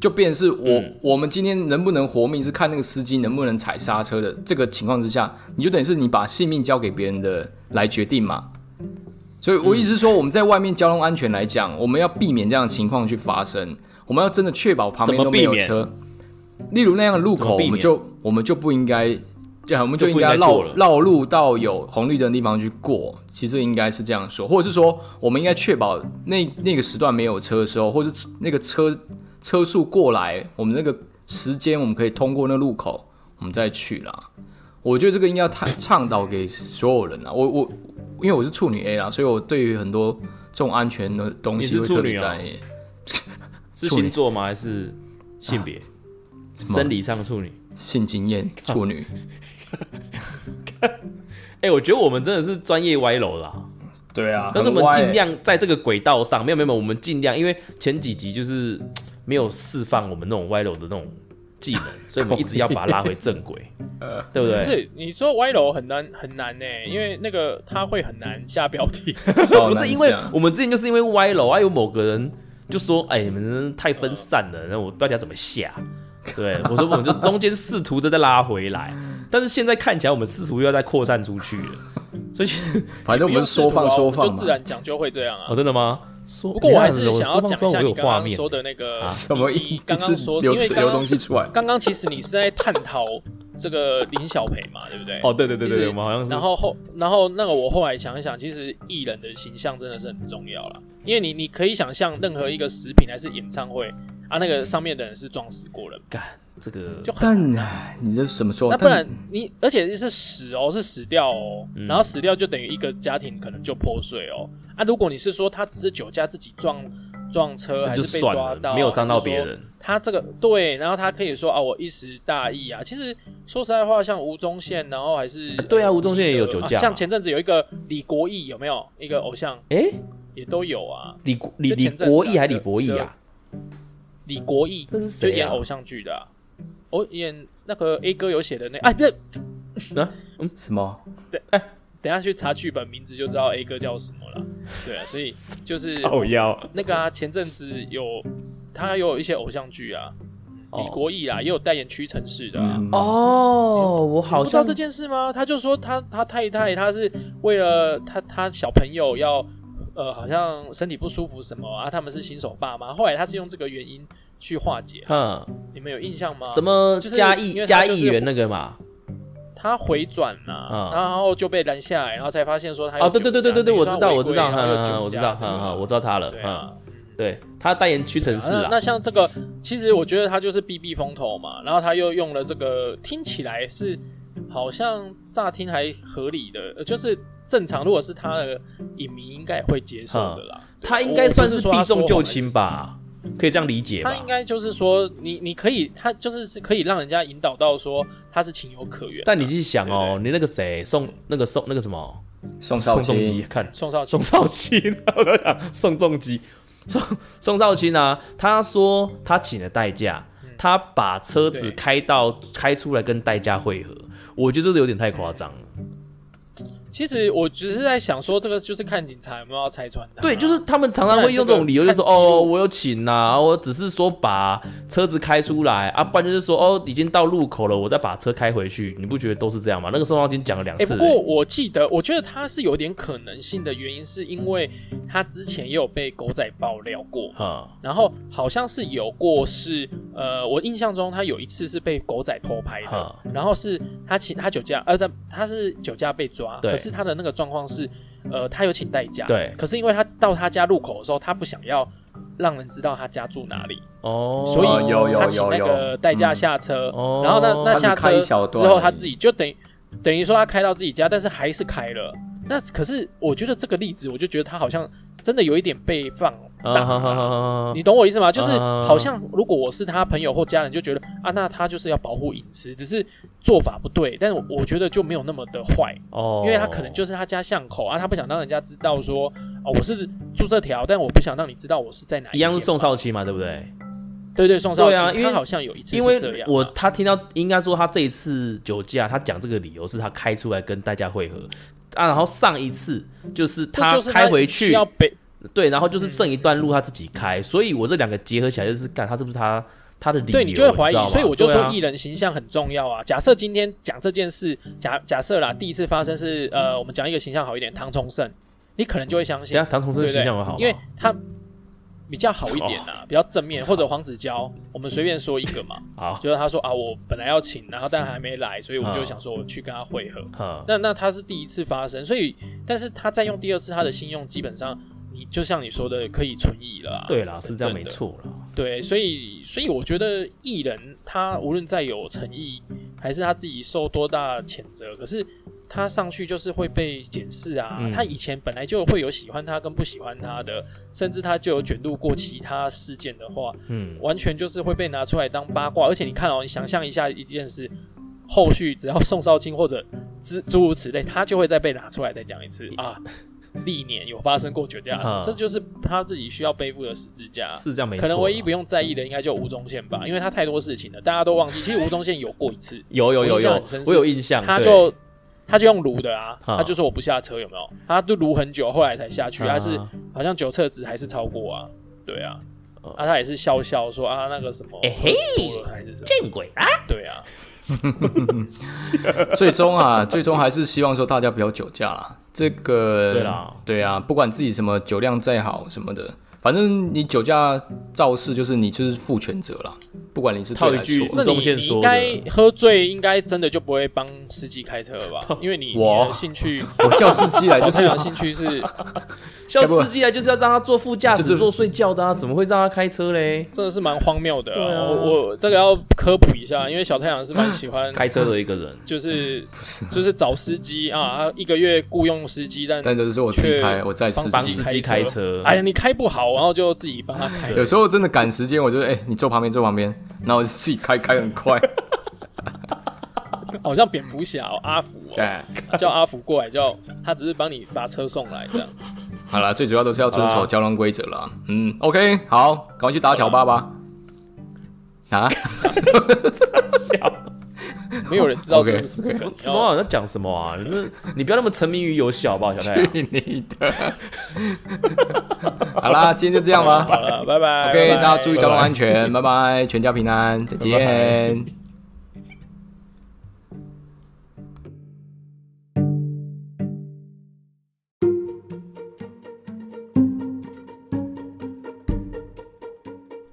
[SPEAKER 1] 就变成是我、
[SPEAKER 2] 嗯
[SPEAKER 1] 我们今天能不能活命，是看那个司机能不能踩刹车的这个情况之下，你就等于是你把性命交给别人的来决定嘛。所以我一直说，我们在外面交通安全来讲，我们要避免这样的情况去发生，我们要真的确保旁边
[SPEAKER 2] 怎么
[SPEAKER 1] 都没有
[SPEAKER 2] 避免
[SPEAKER 1] 车。例如那样的路
[SPEAKER 2] 怎么
[SPEAKER 1] 口，我
[SPEAKER 2] 避免
[SPEAKER 1] 们就我们就不应该对，我们就
[SPEAKER 2] 就
[SPEAKER 1] 应
[SPEAKER 2] 不应
[SPEAKER 1] 该
[SPEAKER 2] 该
[SPEAKER 1] 绕
[SPEAKER 2] 过了
[SPEAKER 1] 绕路到有红绿灯的地方去过。其实应该是这样说，或者是说，我们应该确保那那个时段没有车的时候，或者是那个车车速过来，我们那个时间我们可以通过那路口，我们再去啦。我觉得这个应该要倡倡导给所有人啦。我我因为我是处女 A 啦，所以我对于很多这种安全的东
[SPEAKER 2] 你
[SPEAKER 1] 西
[SPEAKER 2] 是
[SPEAKER 1] 会
[SPEAKER 2] 处
[SPEAKER 1] 特别
[SPEAKER 2] 女哦
[SPEAKER 1] 在意。
[SPEAKER 2] 是
[SPEAKER 1] 处女
[SPEAKER 2] 星座吗？还是性
[SPEAKER 3] 啊
[SPEAKER 2] 别？
[SPEAKER 1] 么
[SPEAKER 2] 生理上的处女？
[SPEAKER 1] 性经
[SPEAKER 2] (laughs)
[SPEAKER 1] 验处女，
[SPEAKER 2] 哎、我觉得我们真的是专业歪楼啦。
[SPEAKER 1] 对啊
[SPEAKER 2] 但是我们
[SPEAKER 1] (laughs)
[SPEAKER 2] 尽量在这个轨道上，没有没有，没有我们尽量，因为前几集就是嘖没有释放我们那种歪楼的那种技能，所以我们一直要把它拉回正
[SPEAKER 3] (laughs)
[SPEAKER 2] 轨，对不
[SPEAKER 3] 不
[SPEAKER 2] 对？
[SPEAKER 3] 是你说歪楼很难很难呢、欸因为那个他会很难下标题。
[SPEAKER 2] 嗯哦不是因为我们之前就是因为歪楼，啊还有某个人就说：“哎、你们真的太分散了，那我不知道要怎么下。”对，我说我们就中间试图着再拉回来，但是现在看起来我们试图又要再扩散出去了，所以其实 (laughs)
[SPEAKER 1] 反正我们是说
[SPEAKER 2] 啊
[SPEAKER 1] 放说
[SPEAKER 3] 啊我
[SPEAKER 1] 放
[SPEAKER 3] 们就自
[SPEAKER 1] 嘛，
[SPEAKER 3] 然讲就会这样啊
[SPEAKER 2] 哦，。真的吗？说
[SPEAKER 3] 不过我还是
[SPEAKER 2] 你看
[SPEAKER 3] 想要
[SPEAKER 2] 我
[SPEAKER 3] 讲
[SPEAKER 2] 说
[SPEAKER 3] 一下
[SPEAKER 2] 我
[SPEAKER 3] 你
[SPEAKER 2] 有
[SPEAKER 3] 刚
[SPEAKER 2] 画
[SPEAKER 3] 刚
[SPEAKER 2] 面啊
[SPEAKER 3] 说的那个，
[SPEAKER 1] 什么
[SPEAKER 3] 你
[SPEAKER 1] 意
[SPEAKER 3] 你
[SPEAKER 1] 思？
[SPEAKER 3] 刚刚说，
[SPEAKER 1] 流
[SPEAKER 3] 因为刚
[SPEAKER 1] 流
[SPEAKER 3] 刚
[SPEAKER 1] 东西出
[SPEAKER 3] (laughs)
[SPEAKER 1] 来，
[SPEAKER 3] 刚刚其实你是在探讨这个林小培嘛，对不对？
[SPEAKER 2] 哦，对对对
[SPEAKER 3] 其
[SPEAKER 2] 对，
[SPEAKER 3] 实
[SPEAKER 2] 我们好像是
[SPEAKER 3] 然后后，然后那个我后来想一想，其实艺人的形象真的是很重要了，因为你你可以想象任何一个食品还是演唱会啊，那个上面的人是撞死过人，
[SPEAKER 2] 干这个
[SPEAKER 3] 就很
[SPEAKER 1] 但唉你这什么时候？
[SPEAKER 3] 那不然
[SPEAKER 1] 但
[SPEAKER 3] 你，而且是死哦，是死掉哦，
[SPEAKER 2] 嗯
[SPEAKER 3] 然后死掉就等于一个家庭可能就破碎哦。啊，如果你是说他只是酒驾自己撞撞车，还
[SPEAKER 2] 就是
[SPEAKER 3] 被
[SPEAKER 2] 算
[SPEAKER 3] 抓
[SPEAKER 2] 了，
[SPEAKER 3] 到，啊
[SPEAKER 2] 没有伤到
[SPEAKER 3] 还是
[SPEAKER 2] 别，
[SPEAKER 3] 说
[SPEAKER 2] 人。
[SPEAKER 3] 他这个对，然后他可以说啊，我一时大意啊。其实说实在话，像吴宗宪，然后还是、
[SPEAKER 2] 啊对啊
[SPEAKER 3] 呃
[SPEAKER 2] 吴宗宪也有酒驾
[SPEAKER 3] 啊像前阵子有一个李国义，有没有一个偶像
[SPEAKER 2] 哎、
[SPEAKER 3] 也都有啊？
[SPEAKER 2] 李国李
[SPEAKER 3] 就
[SPEAKER 2] 李
[SPEAKER 3] 前阵子
[SPEAKER 2] 国义
[SPEAKER 3] 啊
[SPEAKER 2] 还是
[SPEAKER 3] 十
[SPEAKER 2] 李博义啊？
[SPEAKER 3] 李国义
[SPEAKER 2] 那是
[SPEAKER 3] 就
[SPEAKER 2] 谁
[SPEAKER 3] 演
[SPEAKER 2] 啊？
[SPEAKER 3] 哦偶像剧的、啊，我、演那个 A 哥有写的那哎，不是
[SPEAKER 1] 什么？
[SPEAKER 3] 等一下去查剧本名字就知道 A 哥叫什么了。对啊，所以
[SPEAKER 2] (laughs)
[SPEAKER 3] 就是
[SPEAKER 2] 靠腰
[SPEAKER 3] 那个啊，前阵子有他有一些偶像剧啊，
[SPEAKER 2] 哦
[SPEAKER 3] 李国毅啊，也有代言屈臣氏的、啊。
[SPEAKER 1] 嗯，
[SPEAKER 2] 哦，我好
[SPEAKER 3] 嗯不知道
[SPEAKER 2] 像
[SPEAKER 3] 这件事吗？他就说他他太太他是为了他他小朋友要呃好像身体不舒服什么啊，他们是新手爸妈，后来他是用这个原因去化解，
[SPEAKER 2] 嗯
[SPEAKER 3] 你们有印象吗？
[SPEAKER 2] 什么
[SPEAKER 3] 啊就是
[SPEAKER 2] 嘉
[SPEAKER 3] 因
[SPEAKER 2] 义
[SPEAKER 3] 为他
[SPEAKER 2] 嘉
[SPEAKER 3] 就是
[SPEAKER 2] 义园那个嘛？
[SPEAKER 3] 他回转了、
[SPEAKER 2] 嗯
[SPEAKER 3] 然后就被拦下来，然后才发现说他有
[SPEAKER 2] 哦，对对对对对对，
[SPEAKER 3] 酒
[SPEAKER 2] 我
[SPEAKER 3] 驾
[SPEAKER 2] 知道我
[SPEAKER 3] 等
[SPEAKER 2] 知
[SPEAKER 3] 于说
[SPEAKER 2] 道，
[SPEAKER 3] 他违规然后
[SPEAKER 2] 嗯
[SPEAKER 3] 又
[SPEAKER 2] 我知
[SPEAKER 3] 酒驾
[SPEAKER 2] 道，
[SPEAKER 3] 这样
[SPEAKER 2] 嗯嗯，我知道他了，
[SPEAKER 3] 对
[SPEAKER 2] 嗯，
[SPEAKER 3] 啊。
[SPEAKER 2] 对他代言屈臣氏
[SPEAKER 3] 那
[SPEAKER 2] 啊
[SPEAKER 3] 那，像这个，其实我觉得他就是避避风头嘛，然后他又用了这个，听起来是好像乍听还合理的，呃就是正常。如果是他的影迷，应该也会接受的啦。
[SPEAKER 2] 嗯
[SPEAKER 3] 对
[SPEAKER 2] 他应该算是避重就轻？
[SPEAKER 3] 哦我
[SPEAKER 2] 吧，可以这样理解
[SPEAKER 3] 我不是说他说谎的意思他
[SPEAKER 2] 吧？
[SPEAKER 3] 应该就是说，你你可以，他就是是可以让人家引导到说他是情有可原。啊
[SPEAKER 2] 但你去想哦，你那个谁宋那个宋那个什么
[SPEAKER 1] 宋少
[SPEAKER 2] 宋仲基，
[SPEAKER 1] 卿，
[SPEAKER 2] 看
[SPEAKER 3] 宋少卿
[SPEAKER 2] 宋少卿，我在想宋仲基，宋宋少卿啊，他说他请了代驾，他把车子
[SPEAKER 3] 对
[SPEAKER 2] 开到开出来跟代驾汇合，我觉得这是有点太夸张了。
[SPEAKER 3] 其实我只是在想说，这个就是看警察有没有要拆穿他。啊
[SPEAKER 2] 对，就是他们常常会用这种理由，就
[SPEAKER 3] 看
[SPEAKER 2] 说
[SPEAKER 3] 记录
[SPEAKER 2] 哦，我有请呐、我只是说把车子开出来啊，不然就是说哦，已经到路口了，我再把车开回去。你不觉得都是这样吗？那个宋少卿讲了两
[SPEAKER 3] 哎、
[SPEAKER 2] 次、
[SPEAKER 3] 不过我记得，我觉得他是有点可能性的原因，是因为
[SPEAKER 2] 嗯
[SPEAKER 3] 他之前也有被狗仔爆料过，
[SPEAKER 2] 啊，
[SPEAKER 3] 然后好像是有过是呃，我印象中他有一次是被狗仔偷拍的，
[SPEAKER 2] 哈
[SPEAKER 3] 然后是他请他酒驾，呃，他他是酒驾被抓，
[SPEAKER 2] 对
[SPEAKER 3] 可是他的那个状况是，呃，他有请代驾，
[SPEAKER 2] 对
[SPEAKER 3] 可是因为他到他家路口的时候，他不想要让人知道他家住哪里，
[SPEAKER 2] 哦，
[SPEAKER 3] 所以
[SPEAKER 1] 哦有有
[SPEAKER 3] 他请那个代驾下车，
[SPEAKER 2] 哦
[SPEAKER 3] 然后那那下
[SPEAKER 1] 他只开
[SPEAKER 3] 车
[SPEAKER 1] 一小段
[SPEAKER 3] 之后，他自己就等于等于说他开到自己家，但是还是开了。那可是我觉得这个例子，我就觉得他好像真的有一点被放
[SPEAKER 2] 啊
[SPEAKER 3] 大。
[SPEAKER 2] 哈哈哈哈
[SPEAKER 3] 你懂我意思吗？就是
[SPEAKER 2] 啊
[SPEAKER 3] 好像如果我是他朋友或家人，就觉得啊，那他就是要保护隐私，只是做法不对。但是我我觉得就没有那么的坏，
[SPEAKER 2] 哦，
[SPEAKER 3] 因为他可能就是他家巷口啊，他不想让人家知道说哦，我是住这条，但我不想让你知道我是在哪
[SPEAKER 2] 一样是
[SPEAKER 3] 间
[SPEAKER 2] 宋少卿嘛，对不对？
[SPEAKER 3] 对对，宋少
[SPEAKER 2] 对
[SPEAKER 3] 卿，
[SPEAKER 2] 啊因为
[SPEAKER 3] 他好像有一次
[SPEAKER 2] 因
[SPEAKER 3] 是
[SPEAKER 2] 为
[SPEAKER 3] 这样啊。
[SPEAKER 2] 我他听到应该说他这一次酒驾，他讲这个理由是他开出来跟代驾汇合啊，然后上一次就是
[SPEAKER 3] 这就是他
[SPEAKER 2] 开回去
[SPEAKER 3] 需要被
[SPEAKER 2] 对，然后就是剩一段路他自己开，所以我这两个结合起来就是，干他是不是他他的理由？
[SPEAKER 3] 对你就会怀
[SPEAKER 2] 知道
[SPEAKER 3] 疑，
[SPEAKER 2] 吗
[SPEAKER 3] 所以我就
[SPEAKER 2] 对
[SPEAKER 3] 说
[SPEAKER 2] 啊
[SPEAKER 3] 艺人形象很重要啊。假设今天讲这件事，假假设啦，第一次发生是呃，我们讲一个形象好一点，唐崇盛，你可能就会相
[SPEAKER 2] 等
[SPEAKER 3] 信
[SPEAKER 2] 一下，唐崇
[SPEAKER 3] 对
[SPEAKER 2] 生
[SPEAKER 3] 不
[SPEAKER 2] 形
[SPEAKER 3] 对
[SPEAKER 2] 象有好吗？哦
[SPEAKER 3] 因为他比较好一点啊，比较正面，或者黄子佼，我们随便说一个嘛，
[SPEAKER 2] 好，
[SPEAKER 3] 就是他说啊，我本来要请，然后但还没来，所以我就
[SPEAKER 2] 嗯
[SPEAKER 3] 想说我去跟他会合。
[SPEAKER 2] 嗯，
[SPEAKER 3] 那那他是第一次发生，所以但是他再用第二次，他的信用基本上你就像你说的可以存疑了、啊。
[SPEAKER 2] 对啦，是这样
[SPEAKER 3] 等
[SPEAKER 2] 没
[SPEAKER 3] 等的
[SPEAKER 2] 错啦。
[SPEAKER 3] 对，所以所以我觉得艺人他无论再有诚意，还是他自己受多大谴责，可是他上去就是会被检视啊。
[SPEAKER 2] 嗯
[SPEAKER 3] 他以前本来就会有喜欢他跟不喜欢他的，甚至他就有卷入过其他事件的话，
[SPEAKER 2] 嗯，
[SPEAKER 3] 完全就是会被拿出来当八卦。而且你看哦，你想象一下一件事，后续只要宋少卿或者诸诸如此类，他就会再被拿出来再讲一次啊。历年有发生过酒驾
[SPEAKER 2] 啊，
[SPEAKER 3] 这就是他自己需要背负的十字架啊。
[SPEAKER 2] 是这样没错
[SPEAKER 3] 可
[SPEAKER 2] 啦。，
[SPEAKER 3] 能唯一不用在意的应该就吴宗宪吧，因为他太多事情了，大家都忘记。其实吴宗宪有过一次
[SPEAKER 2] (laughs) 有有有
[SPEAKER 3] 我印象
[SPEAKER 2] 有
[SPEAKER 3] 很深，是
[SPEAKER 2] 我有印象，
[SPEAKER 3] 他
[SPEAKER 2] 嗯对
[SPEAKER 3] 就他就用撸
[SPEAKER 2] (laughs)
[SPEAKER 3] 的啊，
[SPEAKER 2] 啊
[SPEAKER 3] 他就说我不下车，有没有？他就撸很久，后来才下去，
[SPEAKER 2] 啊
[SPEAKER 3] 他是好像酒测值还是超过啊，对啊
[SPEAKER 2] 哦，
[SPEAKER 3] 啊他也是笑笑说啊那个什么，
[SPEAKER 2] 哎嘿
[SPEAKER 3] 多了还是什么，
[SPEAKER 2] 见鬼啦！
[SPEAKER 3] 对啊，
[SPEAKER 1] (laughs) 最终啊，最终还是希望说大家不要酒驾啦。这个
[SPEAKER 2] 对啦，
[SPEAKER 1] 对啊，不管自己什么酒量再好什么的，反正你酒驾肇事就是你就是负全责啦。不管你是
[SPEAKER 2] 套
[SPEAKER 1] 对
[SPEAKER 2] 一
[SPEAKER 1] 还是
[SPEAKER 2] 句
[SPEAKER 1] 错
[SPEAKER 2] 吴
[SPEAKER 3] 那你
[SPEAKER 2] 宗宪
[SPEAKER 3] 你应
[SPEAKER 2] 说
[SPEAKER 3] 该
[SPEAKER 2] 的，
[SPEAKER 3] 喝醉，应该真的就不会帮司机开车了
[SPEAKER 2] (laughs)
[SPEAKER 3] 吧？因为你你
[SPEAKER 1] 我
[SPEAKER 3] 的兴趣，
[SPEAKER 1] (laughs) 我叫司机来
[SPEAKER 3] 小
[SPEAKER 1] 就
[SPEAKER 3] 朋
[SPEAKER 1] 是
[SPEAKER 3] 友的兴趣是
[SPEAKER 2] 叫
[SPEAKER 1] 该不会
[SPEAKER 2] 司机来就是要让他坐副驾
[SPEAKER 1] 就是
[SPEAKER 2] 驶坐睡觉的啊，怎么会让他开车嘞？
[SPEAKER 3] 真的是蛮荒谬的、
[SPEAKER 2] (laughs) 对啊
[SPEAKER 3] 我我这个要科普一下，因为小太阳是蛮喜
[SPEAKER 2] (laughs)
[SPEAKER 3] 欢
[SPEAKER 2] 开车的一个人，
[SPEAKER 1] 嗯
[SPEAKER 3] 就是就是找司机啊，一个月雇佣司机，但
[SPEAKER 1] 但这是我自己开，我在司
[SPEAKER 2] 帮
[SPEAKER 3] 自己
[SPEAKER 1] 机。
[SPEAKER 2] 司机
[SPEAKER 3] 开
[SPEAKER 2] 开
[SPEAKER 3] 车
[SPEAKER 2] 车。
[SPEAKER 3] 哎呀你开不好，然后就自己帮他开。
[SPEAKER 1] 有时候真的赶时间，我就哎、你坐旁边，坐旁边，然后我就自己开，开很
[SPEAKER 2] (laughs)
[SPEAKER 1] 快。
[SPEAKER 3] 好像蝙蝠侠、哦、阿福、哦，
[SPEAKER 1] 对，
[SPEAKER 3] 叫阿福过来，叫他只是帮你把车送来
[SPEAKER 1] (laughs)
[SPEAKER 3] 这样。
[SPEAKER 1] 好啦，最主要都是要遵
[SPEAKER 2] 好
[SPEAKER 1] 守
[SPEAKER 2] 啦
[SPEAKER 1] 交通规则啦。嗯，OK，好，赶快去打小巴吧。啊？
[SPEAKER 3] 没有人知道这
[SPEAKER 1] OK
[SPEAKER 3] 是什么梗。哦
[SPEAKER 4] 什
[SPEAKER 3] 然
[SPEAKER 4] 么
[SPEAKER 3] 后
[SPEAKER 4] 啊？你在讲什么啊？你这你不要那么沉迷于游戏好不好，
[SPEAKER 2] 哎
[SPEAKER 4] 小太
[SPEAKER 2] 啊
[SPEAKER 4] 阳？
[SPEAKER 1] 去你的！ (laughs) 好啦，今天就这样吧。
[SPEAKER 3] 好了，拜拜。
[SPEAKER 1] OK，
[SPEAKER 3] 拜拜
[SPEAKER 1] 大家注意交通安全，拜拜，全家平安，再见。
[SPEAKER 4] 拜